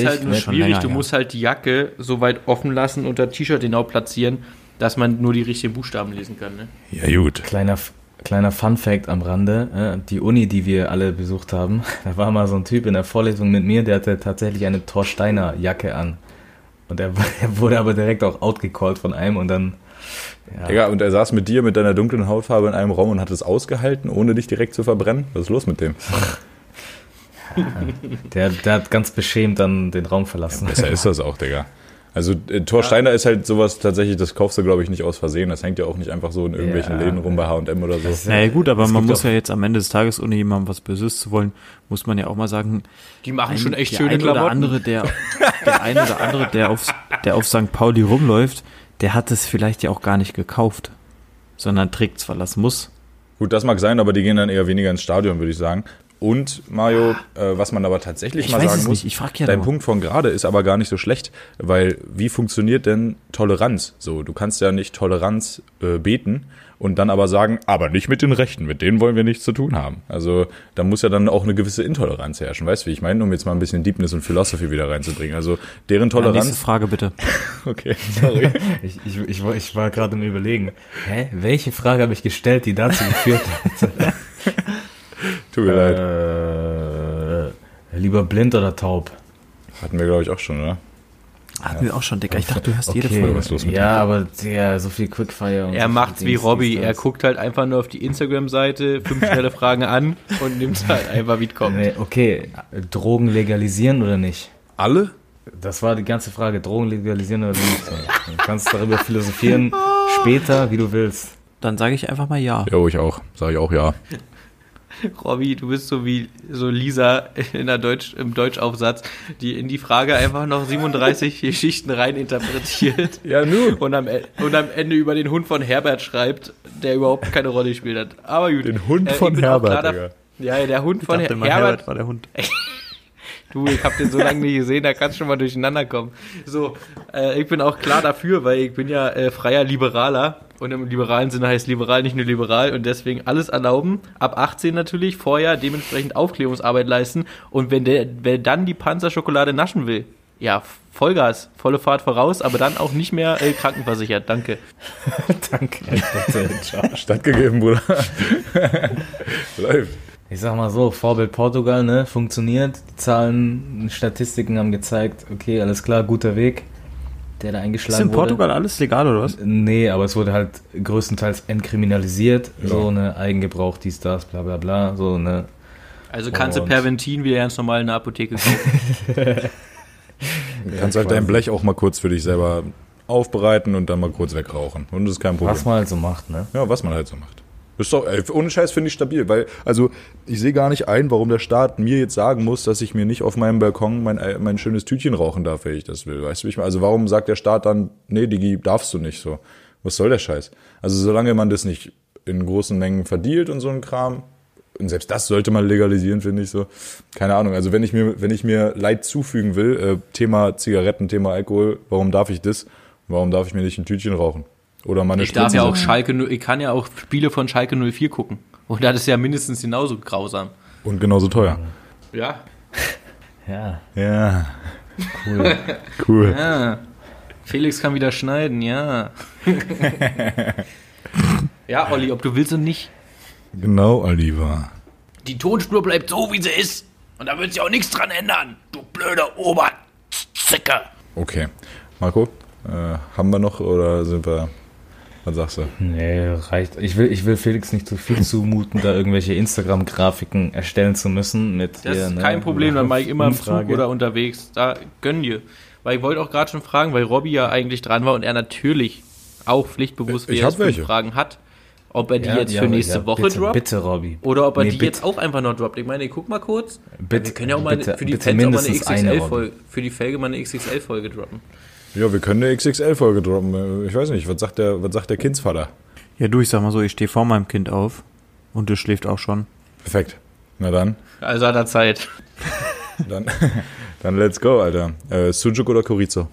S3: Sonst ist halt nur
S5: ne,
S4: ne?
S5: schon
S3: schwierig.
S5: länger,
S3: Du
S5: ja.
S3: musst halt die Jacke so weit offen lassen und das T-Shirt genau platzieren, dass man nur die richtigen Buchstaben lesen kann. Ne?
S2: Ja, gut.
S4: Kleiner, kleiner Fun Fact am Rande. Äh, die Uni, die wir alle besucht haben, da war mal so ein Typ in der Vorlesung mit mir, der hatte tatsächlich eine Torsteiner Jacke an. Und er, er wurde aber direkt auch outgecallt von einem und dann. Ja,
S2: Digga, und er saß mit dir, mit deiner dunklen Hautfarbe in einem Raum und hat es ausgehalten, ohne dich direkt zu verbrennen. Was ist los mit dem?
S4: der, der hat ganz beschämt dann den Raum verlassen.
S2: Besser ist das auch, Digga. Also äh, Thor Steiner ist halt sowas tatsächlich, das kaufst du, glaube ich, nicht aus Versehen. Das hängt ja auch nicht einfach so in irgendwelchen
S4: Ja.
S2: Läden rum bei H&M oder so.
S5: Naja gut, aber
S4: Es
S5: man
S4: gibt
S5: muss
S4: auch-
S5: ja jetzt am Ende des Tages, ohne jemandem was Böses zu wollen, muss man ja auch mal sagen,
S3: Die machen schon echt
S5: der
S3: schöne
S5: ein
S3: Klamotten.
S5: oder andere, der, der ein oder andere, der auf, der auf St. Pauli rumläuft, der hat es vielleicht ja auch gar nicht gekauft, sondern trägt es, weil er es muss.
S2: Gut, das mag sein, aber die gehen dann eher weniger ins Stadion, würde ich sagen. Und Mario, äh, was man aber tatsächlich
S5: Ah. Ich
S2: mal
S5: weiß
S2: sagen
S5: es
S2: muss,
S5: nicht, ich frag ja
S2: dein
S5: nur.
S2: Punkt von gerade ist aber gar nicht so schlecht, weil wie funktioniert denn Toleranz? So, du kannst ja nicht Toleranz äh, beten und dann aber sagen, aber nicht mit den Rechten, mit denen wollen wir nichts zu tun haben. Also da muss ja dann auch eine gewisse Intoleranz herrschen, weißt du, wie ich meine, um jetzt mal ein bisschen Deepness und Philosophy wieder reinzubringen. Also deren
S5: Ja, nächste
S2: Toleranz,
S5: Frage bitte.
S2: okay, sorry.
S4: Ich, ich, ich, war- ich war gerade im Überlegen. Hä? Welche Frage habe ich gestellt, die dazu geführt
S2: Tut
S5: Äh.
S2: mir leid.
S4: hat? Äh, lieber blind oder taub?
S2: Hatten wir, glaube ich, auch schon, oder?
S5: Hatten wir auch schon, Dicker. Ich dachte, du hörst jede
S4: Okay.
S5: Folge.
S2: was ist los mit
S4: ja, aber der, so viel Quickfire und
S3: Er
S4: so
S3: macht's
S4: viel
S3: wie
S4: Dings,
S3: Robby.
S4: dies,
S3: Er
S4: das.
S3: guckt halt einfach nur auf die Instagram-Seite, fünf schnelle Fragen an und nimmt halt einfach, wie es kommt.
S4: Nee, Äh, okay, Drogen legalisieren oder nicht?
S2: Alle?
S4: Das war die ganze Frage. Drogen legalisieren oder nicht? Du kannst darüber philosophieren später, wie du willst.
S5: Dann sage ich einfach mal ja.
S2: Jo, ich auch. Sage ich auch ja.
S3: Robby, du bist so wie so Lisa in der Deutsch, im Deutschaufsatz, die in die Frage einfach noch 37 Geschichten rein interpretiert.
S2: Ja, nun.
S3: Und am, E- und am Ende über den Hund von Herbert schreibt, der überhaupt keine Rolle gespielt hat. Aber gut. Äh,
S2: Den Hund
S3: ich
S2: von
S3: bin auch
S2: Herbert,
S3: klar da-
S2: Digga.
S3: Ja, ja, der Hund von Her Herbert.
S5: war der Hund.
S3: Du, ich hab den so lange nicht gesehen, da kannst schon mal durcheinander kommen. So, äh, ich bin auch klar dafür, weil ich bin ja äh, freier Liberaler und im liberalen Sinne heißt liberal nicht nur liberal und deswegen alles erlauben, ab 18 natürlich, vorher dementsprechend Aufklärungsarbeit leisten und wenn der, wer dann die Panzerschokolade naschen will, ja, Vollgas, volle Fahrt voraus, aber dann auch nicht mehr äh, krankenversichert, danke.
S4: Danke.
S2: Stattgegeben, Bruder. Läuft.
S4: Ich sag mal so, Vorbild Portugal, ne, funktioniert. Die Zahlen, Statistiken haben gezeigt, okay, alles klar, guter Weg, der da eingeschlagen
S1: Ist in
S4: wurde.
S1: Portugal alles legal oder was?
S4: Nee, aber es wurde halt größtenteils entkriminalisiert.
S2: Ja.
S4: So, ne, Eigengebrauch, dies, das, bla, bla, bla. So, ne.
S3: Also kannst du
S4: Und-
S3: Perventin wieder ganz normal in der Apotheke kaufen.
S2: Du kannst halt dein Blech auch mal kurz für dich selber aufbereiten und dann mal kurz wegrauchen. Und das ist kein Problem.
S4: Was man halt so macht, ne.
S2: Ja, was man halt so macht. Ist doch, ey, ohne Scheiß finde ich stabil, weil, also, ich sehe gar nicht ein, warum der Staat mir jetzt sagen muss, dass ich mir nicht auf meinem Balkon mein, äh, mein schönes Tütchen rauchen darf, wenn ich das will. Weißt du, wie ich meine? Also, warum sagt der Staat dann, nee, Digi, darfst du nicht so? Was soll der Scheiß? Also, solange man das nicht in großen Mengen verdielt und so ein Kram, und selbst das sollte man legalisieren, finde ich so. Keine Ahnung. Also, wenn ich mir, wenn ich mir Leid zufügen will, äh, Thema Zigaretten, Thema Alkohol, warum darf ich das? Warum darf ich mir nicht ein Tütchen rauchen? Oder meine
S3: Ich darf
S2: Spritze
S3: ja
S2: setzen?
S3: auch Schalke, 0 ich kann ja auch Spiele von Schalke 04 gucken. Und das ist ja mindestens genauso grausam.
S2: Und genauso teuer.
S4: Mhm.
S3: Ja.
S4: Ja.
S2: Ja. Cool. cool.
S3: ja. Felix kann wieder schneiden, ja. ja, Olli, ob du willst und nicht.
S2: Genau, Oliver.
S3: Die Tonspur bleibt so, wie sie ist. Und da wird sich auch nichts dran ändern. Du blöde Oberzicke.
S2: Okay. Marco, äh, haben wir noch oder sind wir. Was sagst du?
S4: Nee, reicht. Ich will, ich will Felix nicht zu viel zumuten, da irgendwelche Instagram-Grafiken erstellen zu müssen. Mit
S3: Das
S4: hier,
S3: ist
S4: ne,
S3: kein Problem, dann mache ich immer im Zug
S4: Umfrage.
S3: oder unterwegs. Da gönn dir. Weil ich wollte auch gerade schon fragen, weil Robby ja eigentlich dran war und er natürlich auch pflichtbewusst
S2: Ich
S3: wie er
S2: hab
S3: es fünf
S2: welche.
S3: Fragen hat, ob er die
S4: Ja,
S3: jetzt für
S4: aber-
S3: nächste
S4: ja,
S3: Woche
S4: bitte,
S3: droppt
S4: Bitte, Robby.
S3: oder ob er
S4: Nee,
S3: die
S4: bitte.
S3: jetzt auch einfach noch droppt. Ich meine, ich guck mal kurz. Also,
S4: Bitte,
S3: Wir können ja auch mal
S4: bitte,
S3: für die
S4: bitte
S3: Fans auch mal eine
S4: mindestens eine
S3: XXL-Folge, für die Felge mal eine XXL-Folge droppen.
S2: Ja, wir können eine XXL-Folge droppen. Ich weiß nicht, was sagt der, was sagt der Kindsvater?
S1: Ja, du, ich sag mal so, ich stehe vor meinem Kind auf und du schläft auch schon.
S2: Perfekt. Na dann.
S3: Also hat er Zeit.
S2: Dann, dann let's go, Alter. Äh, Sujuk oder Chorizo?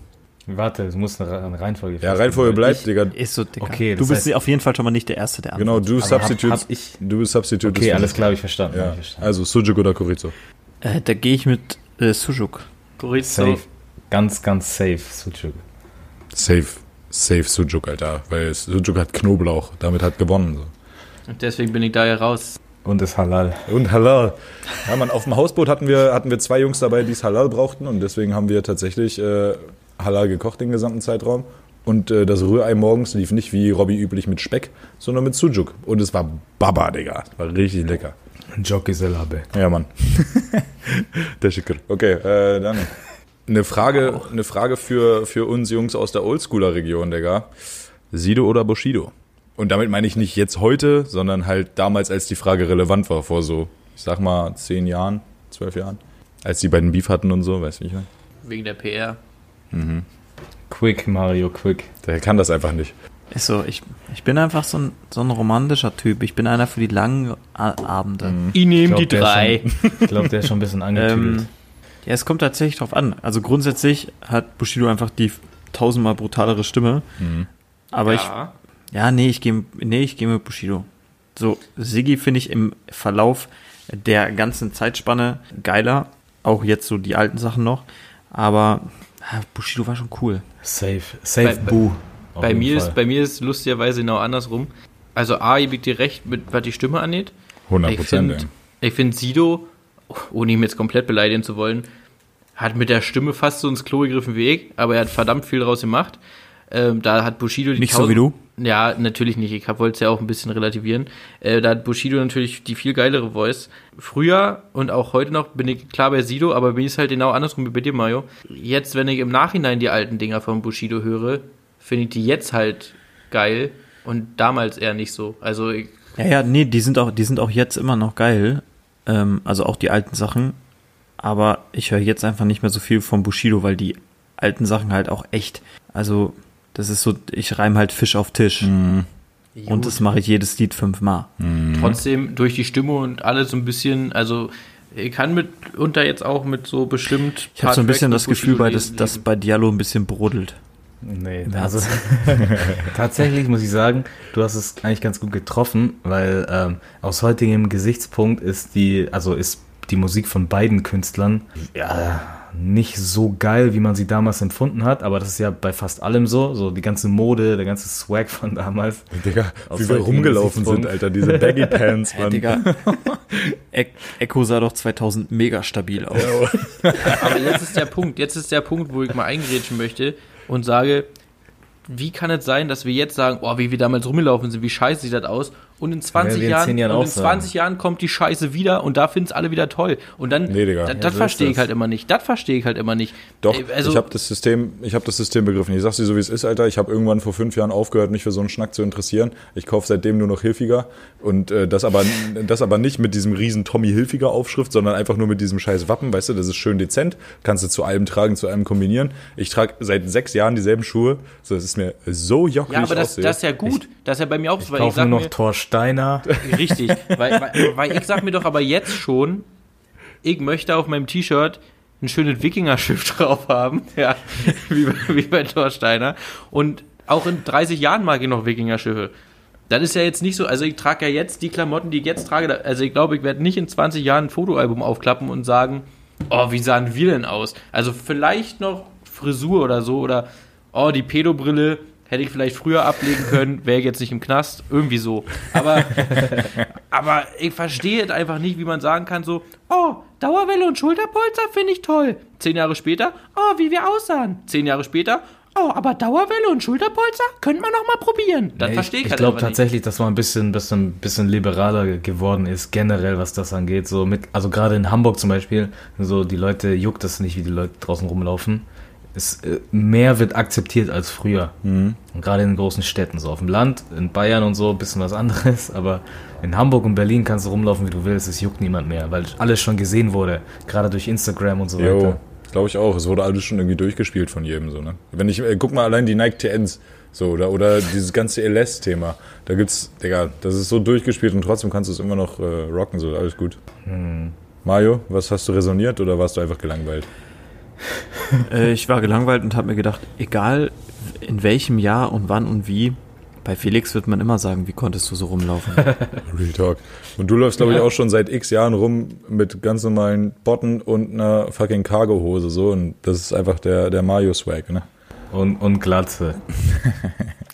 S4: Warte, es muss eine Re- eine Reihenfolge
S2: Ja, Reihenfolge bleibt, Digga.
S1: Ist so, Digga.
S4: Okay,
S1: du
S4: das
S1: bist
S4: heißt-
S1: auf jeden Fall schon mal nicht der Erste, der antwortet.
S2: Genau, du Substitute.
S4: hab ich-
S2: du bist Substitute.
S4: Okay, alles klar, hab ich verstanden. hab
S2: Ja.
S4: ich verstanden.
S2: Also Sujuk oder Chorizo?
S1: Äh, da gehe ich mit äh, Sujuk.
S3: Chorizo.
S4: Safe. Ganz, ganz safe, Sucuk.
S2: Safe. Safe Sujuk, Alter. Weil Sujuk hat Knoblauch. Damit hat gewonnen. So.
S3: Und deswegen bin ich da ja raus.
S4: Und ist halal.
S2: Und Halal. Ja, man, auf dem Hausboot hatten wir, hatten wir zwei Jungs dabei, die es Halal brauchten. Und deswegen haben wir tatsächlich äh, Halal gekocht den gesamten Zeitraum. Und äh, das Rührei morgens lief nicht wie Robby üblich mit Speck, sondern mit Sujuk. Und es war Baba, Digga. War richtig lecker.
S4: Jockey Selabe.
S2: Ja, Mann. der Schicker. Okay, äh, dann. Eine Frage, eine Frage für, für uns Jungs aus der Oldschooler-Region, Digga. Sido oder Bushido? Und damit meine ich nicht jetzt heute, sondern halt damals, als die Frage relevant war, vor so, ich sag mal, zehn Jahren, zwölf Jahren. Als die beiden Beef hatten und so, ne? weißt du, wie ich meine?
S3: Wegen der PR.
S4: Quick, Mario, quick.
S2: Der kann das einfach nicht.
S1: Ist so, ich, ich bin einfach so ein, so ein romantischer Typ. Ich bin einer für die langen A Abende.
S3: Ich nehme
S4: glaub,
S3: die
S4: der ist
S3: drei.
S4: schon- Ich glaube, der ist schon ein bisschen angetüdelt.
S1: Ähm, ja, es kommt tatsächlich drauf an. Also grundsätzlich hat Bushido einfach die tausendmal brutalere Stimme. Aber
S3: Ja.
S1: ich, ja, nee, ich gehe nee, ich geh mit Bushido. So, Siggi finde ich im Verlauf der ganzen Zeitspanne geiler. Auch jetzt so die alten Sachen noch. Aber ah, Bushido war schon cool.
S4: safe, safe,
S3: bei-
S4: Boo. Auf
S3: Bei
S4: jeden
S3: mir,
S4: Fall.
S3: ist, bei mir ist lustigerweise genau andersrum. Also A, ihr biegt dir recht, mit, was die Stimme angeht.
S2: 100
S3: Ich
S2: Prozent.
S3: finde, ich find Sido, ohne ihm jetzt komplett beleidigen zu wollen, hat mit der Stimme fast so ins Klo gegriffen wie ich, aber er hat verdammt viel draus gemacht. Ähm, da hat Bushido die
S1: Nicht so
S3: tausend-
S1: wie du?
S3: Ja, natürlich nicht. Ich wollte es ja auch ein bisschen relativieren. Äh, da hat Bushido natürlich die viel geilere Voice. Früher und auch heute noch bin ich klar bei Sido, aber bin ich halt genau andersrum wie bei dir, Mario. Jetzt, wenn ich im Nachhinein die alten Dinger von Bushido höre, finde ich die jetzt halt geil und damals eher nicht so. Also ich
S1: Ja, ja, nee, die sind auch, die sind auch jetzt immer noch geil. Ähm, also auch die alten Sachen. Aber ich höre jetzt einfach nicht mehr so viel von Bushido, weil die alten Sachen halt auch echt. Also, das ist so, ich reim halt Fisch auf Tisch.
S5: Mhm.
S1: Und das mache ich jedes Lied fünfmal.
S3: trotzdem durch die Stimme und alles so ein bisschen, also Ich kann mitunter jetzt auch mit so bestimmt.
S5: Ich habe so ein
S3: Part
S5: bisschen
S3: Tracks
S5: das
S3: mit
S5: Gefühl,
S3: Bushido
S5: bei das,
S3: lesen
S5: das bei Diallo ein bisschen brodelt.
S4: Nee, also tatsächlich muss ich sagen, du hast es eigentlich ganz gut getroffen, weil ähm, aus heutigem Gesichtspunkt ist die, also ist die Musik von beiden Künstlern ja, nicht so geil, wie man sie damals empfunden hat, aber das ist ja bei fast allem so, so die ganze Mode, der ganze Swag von damals.
S2: Digga,
S4: Aus
S2: wie wir
S4: heutigem
S2: rumgelaufen sind,
S4: Gesichtspunkt.
S2: Alter. Diese Baggy Pants,
S5: Ja,
S2: Mann.
S5: Digga.
S3: Ähm,
S5: E Echo sah doch 2000 mega stabil aus.
S3: Aber jetzt ist der Punkt, jetzt ist der Punkt, wo ich mal eingrätschen möchte und sage, wie kann es sein, dass wir jetzt sagen, oh, wie wir damals rumgelaufen sind, wie scheiße sieht das aus? Und in 20
S4: Werden wir in
S3: Jahren,
S4: 10 Jahren
S3: und
S4: auch
S3: in 20 Jahren kommt die Scheiße wieder und da finden es alle wieder toll. Und dann,
S2: Nee, Digga. Ja,
S3: da- das
S4: so
S3: verstehe
S4: ist
S3: ich
S4: das.
S3: halt immer nicht. Das verstehe ich halt immer nicht.
S2: Doch,
S3: Ey, also,
S2: ich habe das System, ich habe das System begriffen. Ich sag's dir so, wie es ist, Alter. Ich habe irgendwann vor fünf Jahren aufgehört, mich für so einen Schnack zu interessieren. Ich kaufe seitdem nur noch Hilfiger und äh, das aber, das aber nicht mit diesem riesen Tommy Hilfiger Aufschrift, sondern einfach nur mit diesem scheiß Wappen, weißt du? Das ist schön dezent, kannst du zu allem tragen, zu allem kombinieren. Ich trage seit sechs Jahren dieselben Schuhe, so das ist mir so jockelig.
S3: ja, aber das,
S2: aussehe.
S3: das ist ja gut. das ist ja bei mir auch so, weil ich
S4: Kaufen
S3: sag
S4: nur noch
S3: mir,
S4: Thor Steiner.
S3: richtig, weil, weil, weil ich sag mir doch aber jetzt schon, ich möchte auf meinem T-Shirt ein schönes Wikinger-Schiff drauf haben, ja, wie bei, wie bei Thorsteiner. Und auch in 30 Jahren mag ich noch Wikinger-Schiffe. Das ist ja jetzt nicht so, also ich trage ja jetzt die Klamotten, die ich jetzt trage, da- also ich glaube, ich werde nicht in 20 Jahren ein Fotoalbum aufklappen und sagen, oh, wie sahen wir denn aus? Also vielleicht noch Frisur oder so oder, oh, die Pedobrille hätte ich vielleicht früher ablegen können, wäre ich jetzt nicht im Knast, irgendwie so. Aber aber ich verstehe es einfach nicht, wie man sagen kann so, oh, Dauerwelle und Schulterpolster finde ich toll. Zehn Jahre später, oh, wie wir aussahen. Zehn Jahre später, oh, aber Dauerwelle und Schulterpolster könnte man noch mal probieren. Das verstehe ich,
S4: ich
S3: halt
S4: glaube
S3: einfach nicht.
S4: tatsächlich, dass man ein bisschen, bisschen, bisschen liberaler ge- geworden ist, generell, was das angeht. So mit, also gerade in Hamburg zum Beispiel, so die Leute juckt das nicht, wie die Leute draußen rumlaufen. Es, äh, mehr wird akzeptiert als früher. Und gerade in den großen Städten, so auf dem Land, in Bayern und so, ein bisschen was anderes. Aber in Hamburg und Berlin kannst du rumlaufen, wie du willst. Es juckt niemand mehr, weil alles schon gesehen wurde. Gerade durch Instagram und so
S2: Jo,
S4: weiter.
S2: glaube ich auch. Es wurde alles schon irgendwie durchgespielt von jedem so, ne? Wenn ich äh, guck mal allein die Nike TNs so oder oder dieses ganze LS Thema. Da gibt's Digga, das ist so durchgespielt und trotzdem kannst du es immer noch äh, rocken so, alles gut. Hm. Mario, was hast du resoniert oder warst du einfach gelangweilt?
S5: Äh, ich war gelangweilt und habe mir gedacht, egal in welchem Jahr und wann und wie, bei Felix wird man immer sagen, wie konntest du so rumlaufen?
S2: Real Talk. Und du läufst glaube ich auch schon seit X Jahren rum mit ganz normalen Botten und einer fucking Cargo Hose so und das ist einfach der der Mario Swag, ne?
S4: Und, und Glatze.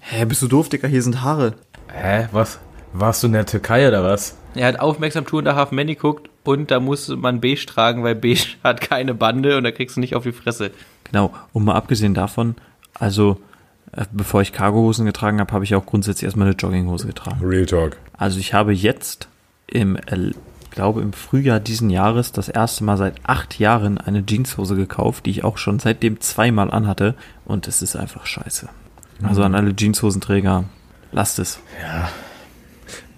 S5: Hä, bist du doof, Digga? Hier sind Haare.
S4: Hä? Was? Warst du in der Türkei oder was?
S3: Er hat aufmerksam Tour in der Half Man geguckt und da musste man beige tragen, weil beige hat keine Bande und da kriegst du nicht auf die Fresse.
S5: Genau, und mal abgesehen davon, also äh, bevor ich Cargohosen getragen habe, habe ich auch grundsätzlich erstmal eine Jogginghose getragen.
S2: Real Talk.
S5: Also ich habe jetzt im, äh, glaube im Frühjahr diesen Jahres das erste Mal seit acht Jahren eine Jeanshose gekauft, die ich auch schon seitdem zweimal anhatte und es ist einfach scheiße. Also an alle Jeanshosenträger, lasst es.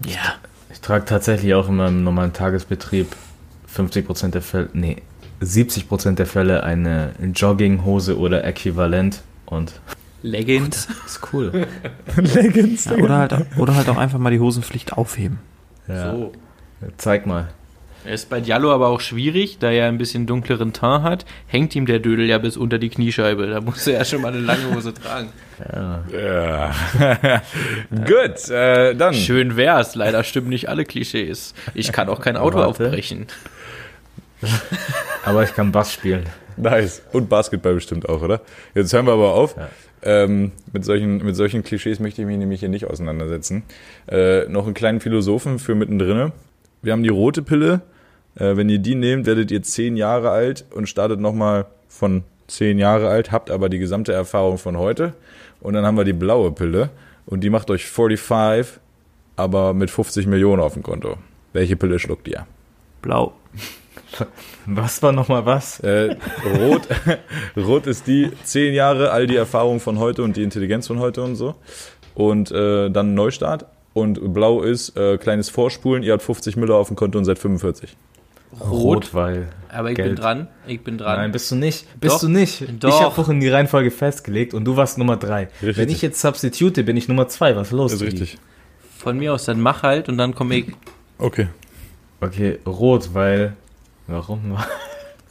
S5: Ja. Ja.
S4: Ich trage tatsächlich auch in meinem normalen Tagesbetrieb 50% der Fälle, nee, 70% der Fälle eine Jogginghose oder äquivalent und
S3: Leggings.
S4: ist cool.
S2: Leggings.
S5: Ja, oder, halt, auch- oder halt auch einfach mal die Hosenpflicht aufheben.
S4: Ja.
S3: So.
S4: Zeig mal.
S3: Ist bei Diallo aber auch schwierig, da er ein bisschen dunkleren Teint hat, hängt ihm der Dödel ja bis unter die Kniescheibe. Da muss er ja schon mal eine lange Hose tragen.
S2: Ja. Gut, äh, dann.
S4: Hm.
S3: Schön wär's, leider stimmen nicht alle Klischees. Ich kann auch kein Auto
S4: Warte.
S3: aufbrechen.
S4: Aber ich kann Bass spielen.
S2: Nice. Und Basketball bestimmt auch, oder? Jetzt hören wir aber auf. Ähm, mit, solchen, mit solchen Klischees möchte ich mich nämlich hier nicht auseinandersetzen. Äh, noch einen kleinen Philosophen für mittendrin. Wir haben die rote Pille. Äh, wenn ihr die nehmt, werdet ihr zehn Jahre alt und startet nochmal von zehn Jahre alt, habt aber die gesamte Erfahrung von heute. Und dann haben wir die blaue Pille. Und die macht euch 45, aber mit 50 Millionen auf dem Konto. Welche Pille schluckt ihr?
S5: Blau.
S4: Was war nochmal was?
S2: Äh, rot, rot ist die zehn Jahre, all die Erfahrung von heute und die Intelligenz von heute und so. Und äh, dann Neustart. Und blau ist äh, kleines Vorspulen. Ihr habt 50 Miller auf dem Konto und seid 45.
S3: Rot,
S4: weil.
S3: aber ich bin
S4: Geld.
S3: dran. Ich bin dran.
S4: Nein, bist du nicht. Bist
S3: Doch.
S4: du nicht. Ich
S3: Doch.
S4: habe vorhin die Reihenfolge festgelegt und du warst Nummer 3.
S2: Richtig.
S4: Wenn ich jetzt substitute, bin ich Nummer 2. Was ist los?
S2: Das ist
S4: Digi?
S2: richtig.
S3: Von mir aus, dann mach halt und dann komme ich.
S2: Okay.
S4: Okay, rot, weil Warum?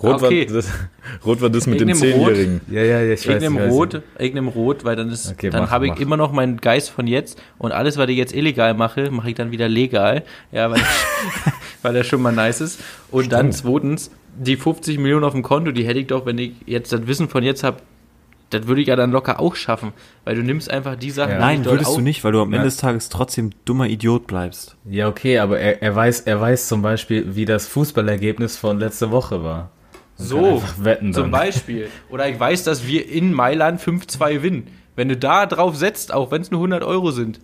S2: Rot,
S3: Okay.
S2: war, das, Rot war das mit
S3: Ich
S2: dem
S3: nehm Rot.
S2: Zehnjährigen.
S4: Ja, ja, ja, ich
S3: Ich
S4: weiß.
S3: nehme
S4: ich weiß.
S3: Rot, ich nehme Rot, weil dann ist,
S4: Okay,
S3: dann
S4: mach,
S3: habe ich
S4: mach.
S3: immer noch meinen Geist von jetzt und alles, was ich jetzt illegal mache, mache ich dann wieder legal. Ja, weil, weil das schon mal nice ist. Und dann zweitens, die 50 Millionen auf dem Konto, die hätte ich doch, wenn ich jetzt das Wissen von jetzt habe, das würde ich ja dann locker auch schaffen, weil du nimmst einfach die Sachen.
S4: Ja.
S3: die ich
S5: Nein,
S3: dort
S5: würdest
S3: auf-
S5: du nicht, weil du am
S4: Ja.
S5: Ende des Tages trotzdem dummer Idiot bleibst.
S4: Ja, okay, aber er, er, weiß, er weiß zum Beispiel, wie das Fußballergebnis von letzter Woche war. Und kann
S3: So,
S4: einfach wetten dann.
S3: Oh, zum Beispiel. Oder ich weiß, dass wir in Mailand 5-2 gewinnen. Wenn du da drauf setzt, auch wenn es nur 100 Euro sind.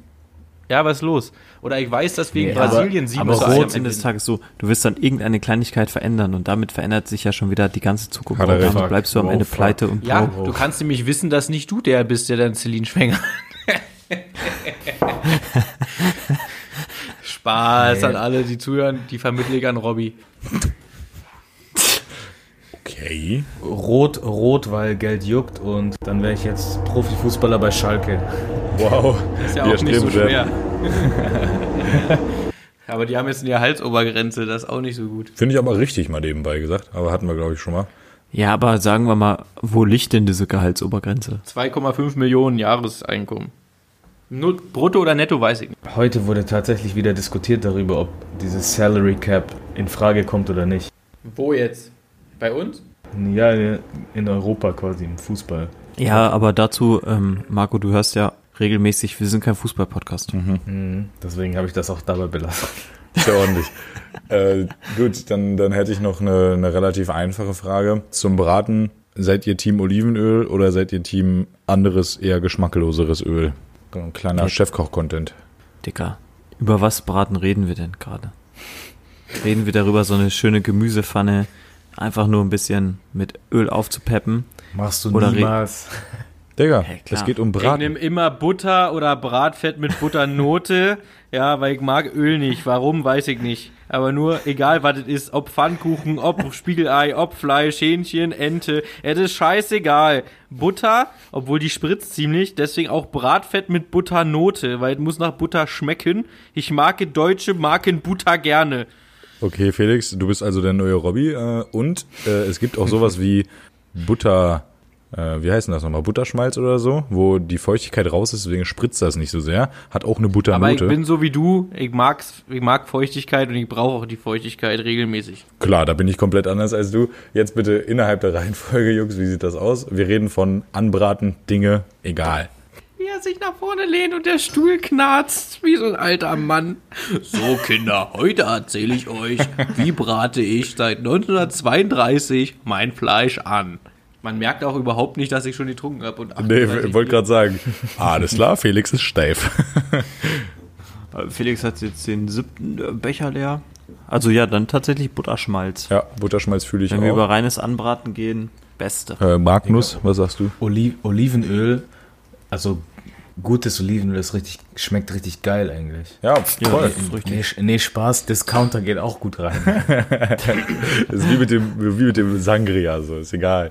S3: Ja, was ist los? Oder ich weiß, dass wir in
S4: Nee, aber-
S3: Brasilien 7
S5: Aber
S4: Aber
S5: es ist
S4: Rot-
S5: am Ende des Tages so, du wirst dann irgendeine Kleinigkeit verändern und damit verändert sich ja schon wieder die ganze Zukunft.
S2: Hat
S5: Und
S2: er
S5: damit
S2: recht.
S5: bleibst du am
S4: Oh,
S5: Ende
S4: fuck.
S5: pleite und
S3: Ja,
S5: broke.
S3: du kannst nämlich wissen, dass nicht du der bist, der dann Celine Schwenger. Spaß an alle, die zuhören, die vermittle ich an Robby.
S2: Okay.
S4: Rot, rot, weil Geld juckt und dann wäre ich jetzt Profifußballer bei Schalke.
S2: Wow.
S3: Ist ja
S2: Wie
S3: auch nicht so
S2: erstrebenswert.
S3: schwer. Aber die haben jetzt eine Halsobergrenze, das ist auch nicht so gut.
S2: Finde ich aber richtig mal nebenbei gesagt. Aber hatten wir, glaube ich, schon mal.
S5: Ja, aber sagen wir mal, wo liegt denn diese Gehaltsobergrenze?
S3: 2,5 Millionen Jahreseinkommen. Nur brutto oder netto weiß ich nicht.
S4: Heute wurde tatsächlich wieder diskutiert darüber, ob dieses Salary Cap in Frage kommt oder nicht.
S3: Wo jetzt? Bei uns?
S4: Ja, in Europa quasi, im Fußball.
S5: Ja, aber dazu, ähm, Marco, du hörst ja regelmäßig, wir sind kein Fußball-Podcast.
S4: Mhm. Deswegen habe ich das auch dabei belassen.
S2: Ist ja ordentlich. äh, gut, dann, dann hätte ich noch eine, eine relativ einfache Frage. Zum Braten, seid ihr Team Olivenöl oder seid ihr Team anderes, eher geschmackloseres Öl? Ein kleiner Chefkoch-Content.
S5: Dicker, über was braten reden wir denn gerade? Reden wir darüber, so eine schöne Gemüsepfanne einfach nur ein bisschen mit Öl aufzupeppen?
S4: Machst du
S5: Oder
S4: niemals.
S2: Digga,
S5: Hey, klar.
S2: es geht um
S3: Ich
S2: Braten.
S3: nehme immer Butter oder Bratfett mit Butternote. ja, weil ich mag Öl nicht. Warum, weiß ich nicht. Aber nur, egal was es ist, ob Pfannkuchen, ob Spiegelei, ob Fleisch, Hähnchen, Ente, es ist scheißegal. Butter, obwohl die spritzt ziemlich, deswegen auch Bratfett mit Butternote, weil es muss nach Butter schmecken. Ich mag deutsche Marken Butter gerne.
S2: Okay, Felix, du bist also der neue Robby. Äh, und äh, es gibt auch sowas wie Butter, äh, wie heißt denn das nochmal? Butterschmalz oder so, wo die Feuchtigkeit raus ist, deswegen spritzt das nicht so sehr. Hat auch eine
S3: Aber ich
S2: Butternote.
S3: bin so wie du, ich, mag's, ich mag Feuchtigkeit und ich brauche auch die Feuchtigkeit regelmäßig.
S2: Klar, da bin ich komplett anders als du. Jetzt bitte innerhalb der Reihenfolge, Jungs, wie sieht das aus? Wir reden von Anbraten, Dinge, egal.
S3: wie er sich nach vorne lehnt und der Stuhl knarzt, wie so ein alter Mann. So, Kinder, heute erzähle ich euch, wie brate ich seit 1932 mein Fleisch an. Man merkt auch überhaupt nicht, dass ich schon getrunken habe. Und
S2: Nee,
S3: 38
S2: wollte gerade sagen. Alles klar, Felix ist steif.
S5: Felix hat jetzt den siebten äh, Becher leer. Also ja, dann tatsächlich Butterschmalz.
S2: Ja, Butterschmalz fühle ich
S5: Wenn wir
S2: auch.
S5: über reines Anbraten gehen, beste.
S2: Äh, Magnus, was sagst du?
S4: Oli Olivenöl, also gutes Olivenöl, das richtig, schmeckt richtig geil eigentlich.
S2: Ja,
S5: Ja,
S2: voll.
S5: ist richtig.
S4: Nee, Sch- nee, Spaß, Discounter geht auch gut rein.
S2: Ist wie mit dem, wie mit dem Sangria, so ist egal.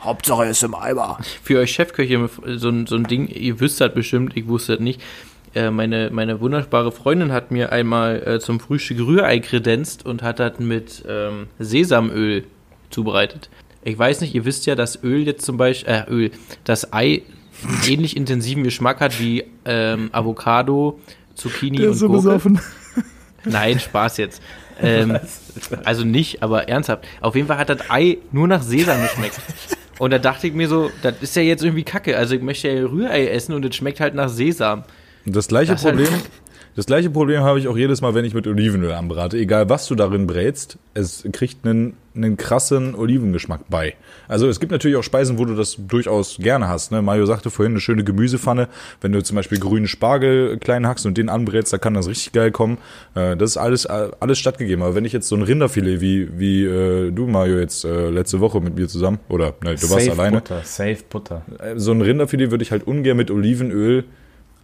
S5: Hauptsache ist im Eimer.
S3: für euch Chefköche so ein, so ein Ding, ihr wisst das bestimmt, ich wusste das nicht. Äh, Meine, meine wunderbare Freundin hat mir einmal äh, zum Frühstück Rührei kredenzt und hat das mit ähm, Sesamöl zubereitet. Ich weiß nicht, ihr wisst ja, dass Öl jetzt zum Beispiel, äh, Öl, das Ei einen ähnlich intensiven Geschmack hat wie ähm, Avocado, Zucchini und Gurke. Nein, Spaß jetzt. Ähm, also nicht, aber ernsthaft. Auf jeden Fall hat das Ei nur nach Sesam geschmeckt. Und da dachte ich mir so, das ist ja jetzt irgendwie kacke. Also ich möchte ja Rührei essen und es schmeckt halt nach Sesam.
S2: Das gleiche
S3: Das ist halt-
S2: Problem. Das gleiche Problem habe ich auch jedes Mal, wenn ich mit Olivenöl anbrate. Egal, was du darin brätst, es kriegt einen, einen krassen Olivengeschmack bei. Also es gibt natürlich auch Speisen, wo du das durchaus gerne hast. Ne? Mario sagte vorhin, eine schöne Gemüsepfanne. Wenn du zum Beispiel grünen Spargel klein hackst und den anbrätst, da kann das richtig geil kommen. Äh, das ist alles, äh, alles stattgegeben. Aber wenn ich jetzt so ein Rinderfilet wie, wie äh, du, Mario, jetzt äh, letzte Woche mit mir zusammen, oder nein, du warst
S4: safe
S2: alleine,
S4: Butter, safe Butter.
S2: so ein Rinderfilet würde ich halt ungern mit Olivenöl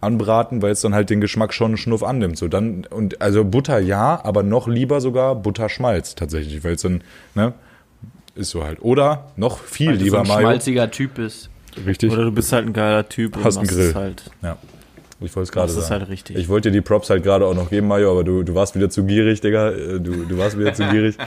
S2: anbraten, weil es dann halt den Geschmack schon einen Schnuff annimmt. So dann und also Butter ja, aber noch lieber sogar Butterschmalz tatsächlich, weil es dann ne ist so halt. Oder noch viel
S5: Also
S3: Weil du so
S2: lieber
S3: ein
S2: Mayo.
S3: schmalziger Typ ist.
S2: Richtig.
S5: Oder du bist halt ein geiler Typ und
S2: Hast einen
S5: machst
S2: Grill.
S5: es halt.
S2: Ja. Ich wollte es gerade
S5: Das
S2: sagen.
S5: ist halt richtig.
S2: Ich wollte dir die Props halt gerade auch noch geben, Mario, aber du, du warst wieder zu gierig, Digga. Äh, Du, du warst wieder zu gierig.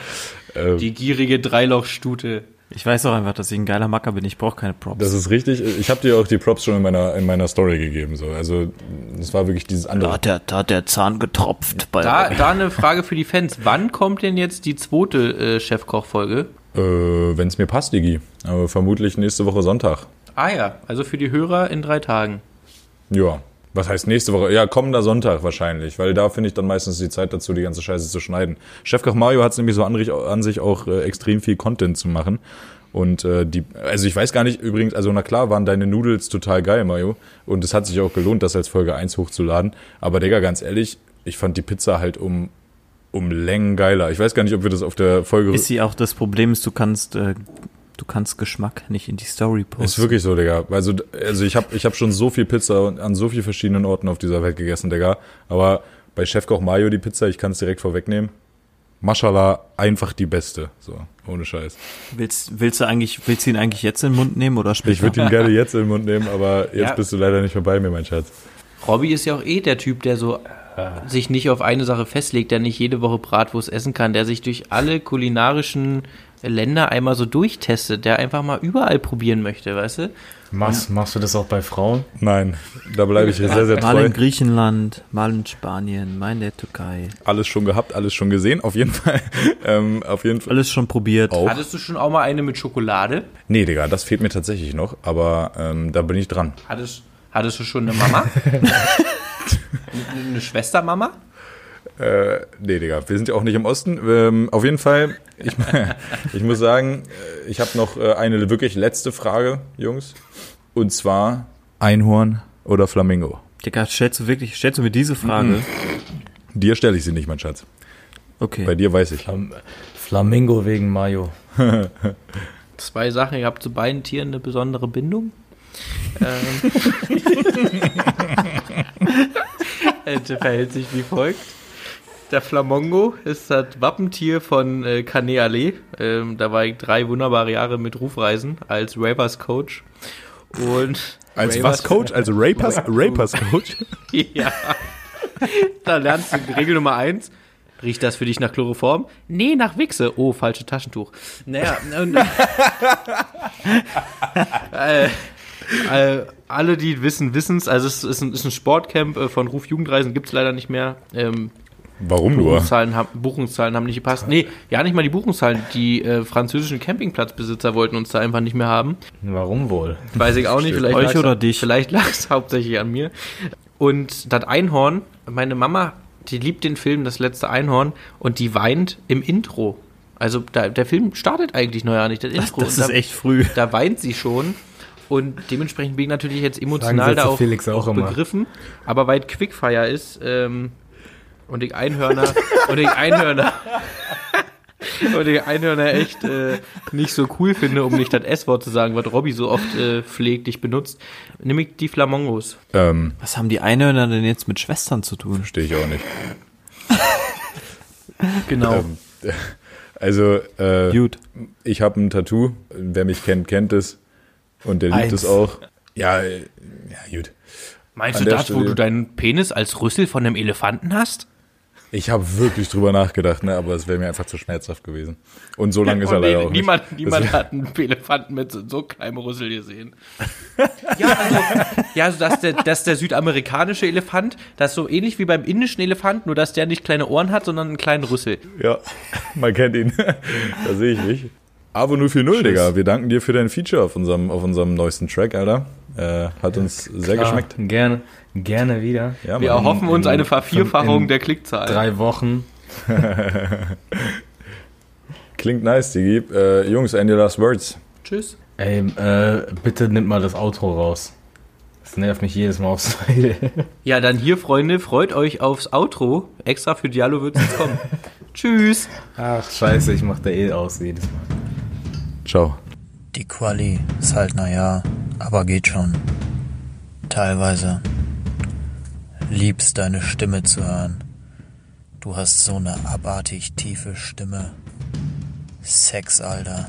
S2: Ähm,
S3: Die gierige Dreilochstute.
S5: Ich weiß auch einfach, dass ich ein geiler Macker bin. Ich brauche keine Props.
S2: das ist richtig. Ich habe dir auch die Props schon in meiner, in meiner Story gegeben. So. Also, es war wirklich dieses andere.
S5: der, da hat der Zahn getropft. Bei
S3: Da, da eine Frage für die Fans. Wann kommt denn jetzt die zweite äh, Chefkoch-Folge?
S2: Äh, Wenn es mir passt, Digi. Aber vermutlich nächste Woche Sonntag.
S3: Ah ja, also für die Hörer in drei Tagen.
S2: Ja. Was heißt nächste Woche? Ja, kommender Sonntag wahrscheinlich, weil da finde ich dann meistens die Zeit dazu, die ganze Scheiße zu schneiden. Chefkoch Mario hat es nämlich so an, an sich auch äh, extrem viel Content zu machen. Und äh, die, also ich weiß gar nicht, übrigens, also na klar waren deine Nudels total geil, Mario. Und es hat sich auch gelohnt, das als Folge 1 hochzuladen. Aber Digga, ganz ehrlich, ich fand die Pizza halt um, um Längen geiler. Ich weiß gar nicht, ob wir das auf der Folge.
S5: ist sie auch das Problem ist, du kannst, äh, du kannst Geschmack nicht in die Story posten.
S2: Ist wirklich so, Digga. Also, also ich habe ich hab schon so viel Pizza und an so vielen verschiedenen Orten auf dieser Welt gegessen, Digga. Aber bei Chefkoch Mario die Pizza, ich kann es direkt vorwegnehmen. Maschallah, einfach die beste. So, ohne Scheiß.
S5: willst, willst du eigentlich, willst du ihn eigentlich jetzt in den Mund nehmen oder später?
S2: Ich würde ihn gerne jetzt in den Mund nehmen, aber jetzt
S3: Ja.
S2: bist du leider nicht mehr bei mir, mein Schatz.
S3: Robby ist ja auch eh der Typ, der so äh, sich nicht auf eine Sache festlegt, der nicht jede Woche Bratwurst essen kann, der sich durch alle kulinarischen Länder einmal so durchtestet, der einfach mal überall probieren möchte, weißt du?
S4: Machst, machst du das auch bei Frauen?
S2: Nein, da bleibe ich sehr, sehr
S5: mal
S2: treu.
S5: in Griechenland, mal in Spanien, mal in der Türkei.
S2: Alles schon gehabt, alles schon gesehen, auf jeden Fall. Ähm, auf jeden Fall.
S5: Alles schon probiert.
S2: Auch.
S3: Hattest du schon auch mal eine mit Schokolade?
S2: Nee, Digga, das fehlt mir tatsächlich noch, aber ähm, da bin ich dran.
S3: Hattest, hattest du schon eine Mama? eine Schwestermama?
S2: Äh, nee, Digga, wir sind ja auch nicht im Osten. Ähm, auf jeden Fall, ich, ich muss sagen, äh, ich habe noch äh, eine wirklich letzte Frage, Jungs. Und zwar Einhorn oder Flamingo?
S5: Digga, stellst du wirklich, stellst du mir diese Frage?
S2: Mhm. Dir stelle ich sie nicht, mein Schatz. Bei
S5: Okay.
S2: dir weiß ich.
S4: Am- Flamingo wegen Mayo.
S3: Zwei Sachen, ihr habt zu beiden Tieren eine besondere Bindung. Ähm. Äh, der verhält sich wie folgt. Der Flamongo ist das Wappentier von äh, Caneale. Ähm, da war ich drei wunderbare Jahre mit Rufreisen als Ravers Coach. Und
S2: Als was Coach? Als Rapers, Rapers Coach?
S3: Ja. Da lernst du Regel Nummer eins. Riecht das für dich nach Chloroform? Nee, nach Wichse. Oh, falsche Taschentuch. Naja, und, äh, äh, alle, die wissen, wissen's. Also es ist ein, ist ein Sportcamp äh, von Ruf Jugendreisen, gibt's leider nicht mehr. Ähm,
S2: Warum nur?
S3: Buchungszahlen, haben, Buchungszahlen haben nicht gepasst. Nee, ja nicht mal die Buchungszahlen. Die äh, französischen Campingplatzbesitzer wollten uns da einfach nicht mehr haben.
S4: Warum wohl?
S3: Weiß ich auch nicht. Vielleicht
S5: Euch
S3: lag's-
S5: oder dich?
S3: Vielleicht lag es hauptsächlich an mir. Und das Einhorn, meine Mama, die liebt den Film Das letzte Einhorn und die weint im Intro. Also da, der Film startet eigentlich noch ja nicht, das Intro.
S5: Das
S3: Und
S5: ist
S3: da,
S5: echt früh.
S3: da weint sie schon. Und dementsprechend bin ich natürlich jetzt
S4: Sagen
S3: emotional
S4: sie
S3: da
S4: zu
S3: auch,
S4: Felix auch
S3: auch
S4: immer.
S3: begriffen. Aber weil Quickfire ist ähm, und ich Einhörner und ich Einhörner und ich Einhörner echt äh, nicht so cool finde, um nicht das S-Wort zu sagen, was Robby so oft äh, pflegt, dich benutzt, nehme ich die Flamongos.
S2: Ähm,
S5: Was haben die Einhörner denn jetzt mit Schwestern zu tun?
S2: Verstehe ich auch nicht.
S3: Genau.
S2: Ähm, also, äh,
S5: Gut.
S2: ich habe ein Tattoo. Wer mich kennt, kennt es. Und der liebt
S4: Eins.
S2: es auch. Ja, äh, ja, gut.
S3: Meinst
S2: an
S3: du
S2: der
S3: das, wo
S2: Stelle-
S3: du deinen Penis als Rüssel von einem Elefanten hast?
S2: Ich habe wirklich drüber nachgedacht, ne, aber es wäre mir einfach zu schmerzhaft gewesen. Und so lange ist er
S3: Und
S2: leider
S3: nee,
S2: auch
S3: niemand,
S2: nicht.
S3: Niemand
S2: Das-
S3: hat einen Elefanten mit so, so kleinem Rüssel gesehen. ja, also, ja, also dass, der, dass der südamerikanische Elefant, das ist so ähnlich wie beim indischen Elefant, nur dass der nicht kleine Ohren hat, sondern einen kleinen Rüssel.
S2: Ja, man kennt ihn. da sehe ich mich. Avo 040, Digga. Wir danken dir für dein Feature auf unserem, auf unserem neuesten Track, Alter. Äh, hat uns sehr geschmeckt.
S4: Gerne, gerne wieder.
S2: Ja,
S3: Wir
S2: Mann.
S3: erhoffen uns eine Vervierfachung
S4: in
S3: der Klickzahl.
S4: Drei Wochen.
S2: Klingt nice, Digi. Äh, Jungs, any last words?
S3: Tschüss.
S4: Ey, äh, bitte nimm mal das Outro raus. Das nervt mich jedes Mal aufs Neue.
S3: Ja, dann hier, Freunde, freut euch aufs Outro. Extra für Diallo wird's jetzt kommen. Tschüss.
S4: Ach, scheiße, ich mach da eh aus jedes Mal.
S2: Ciao.
S1: Die Quali ist halt naja, aber geht schon. Teilweise. Liebst deine Stimme zu hören. Du hast so eine abartig tiefe Stimme. Sex, Alter.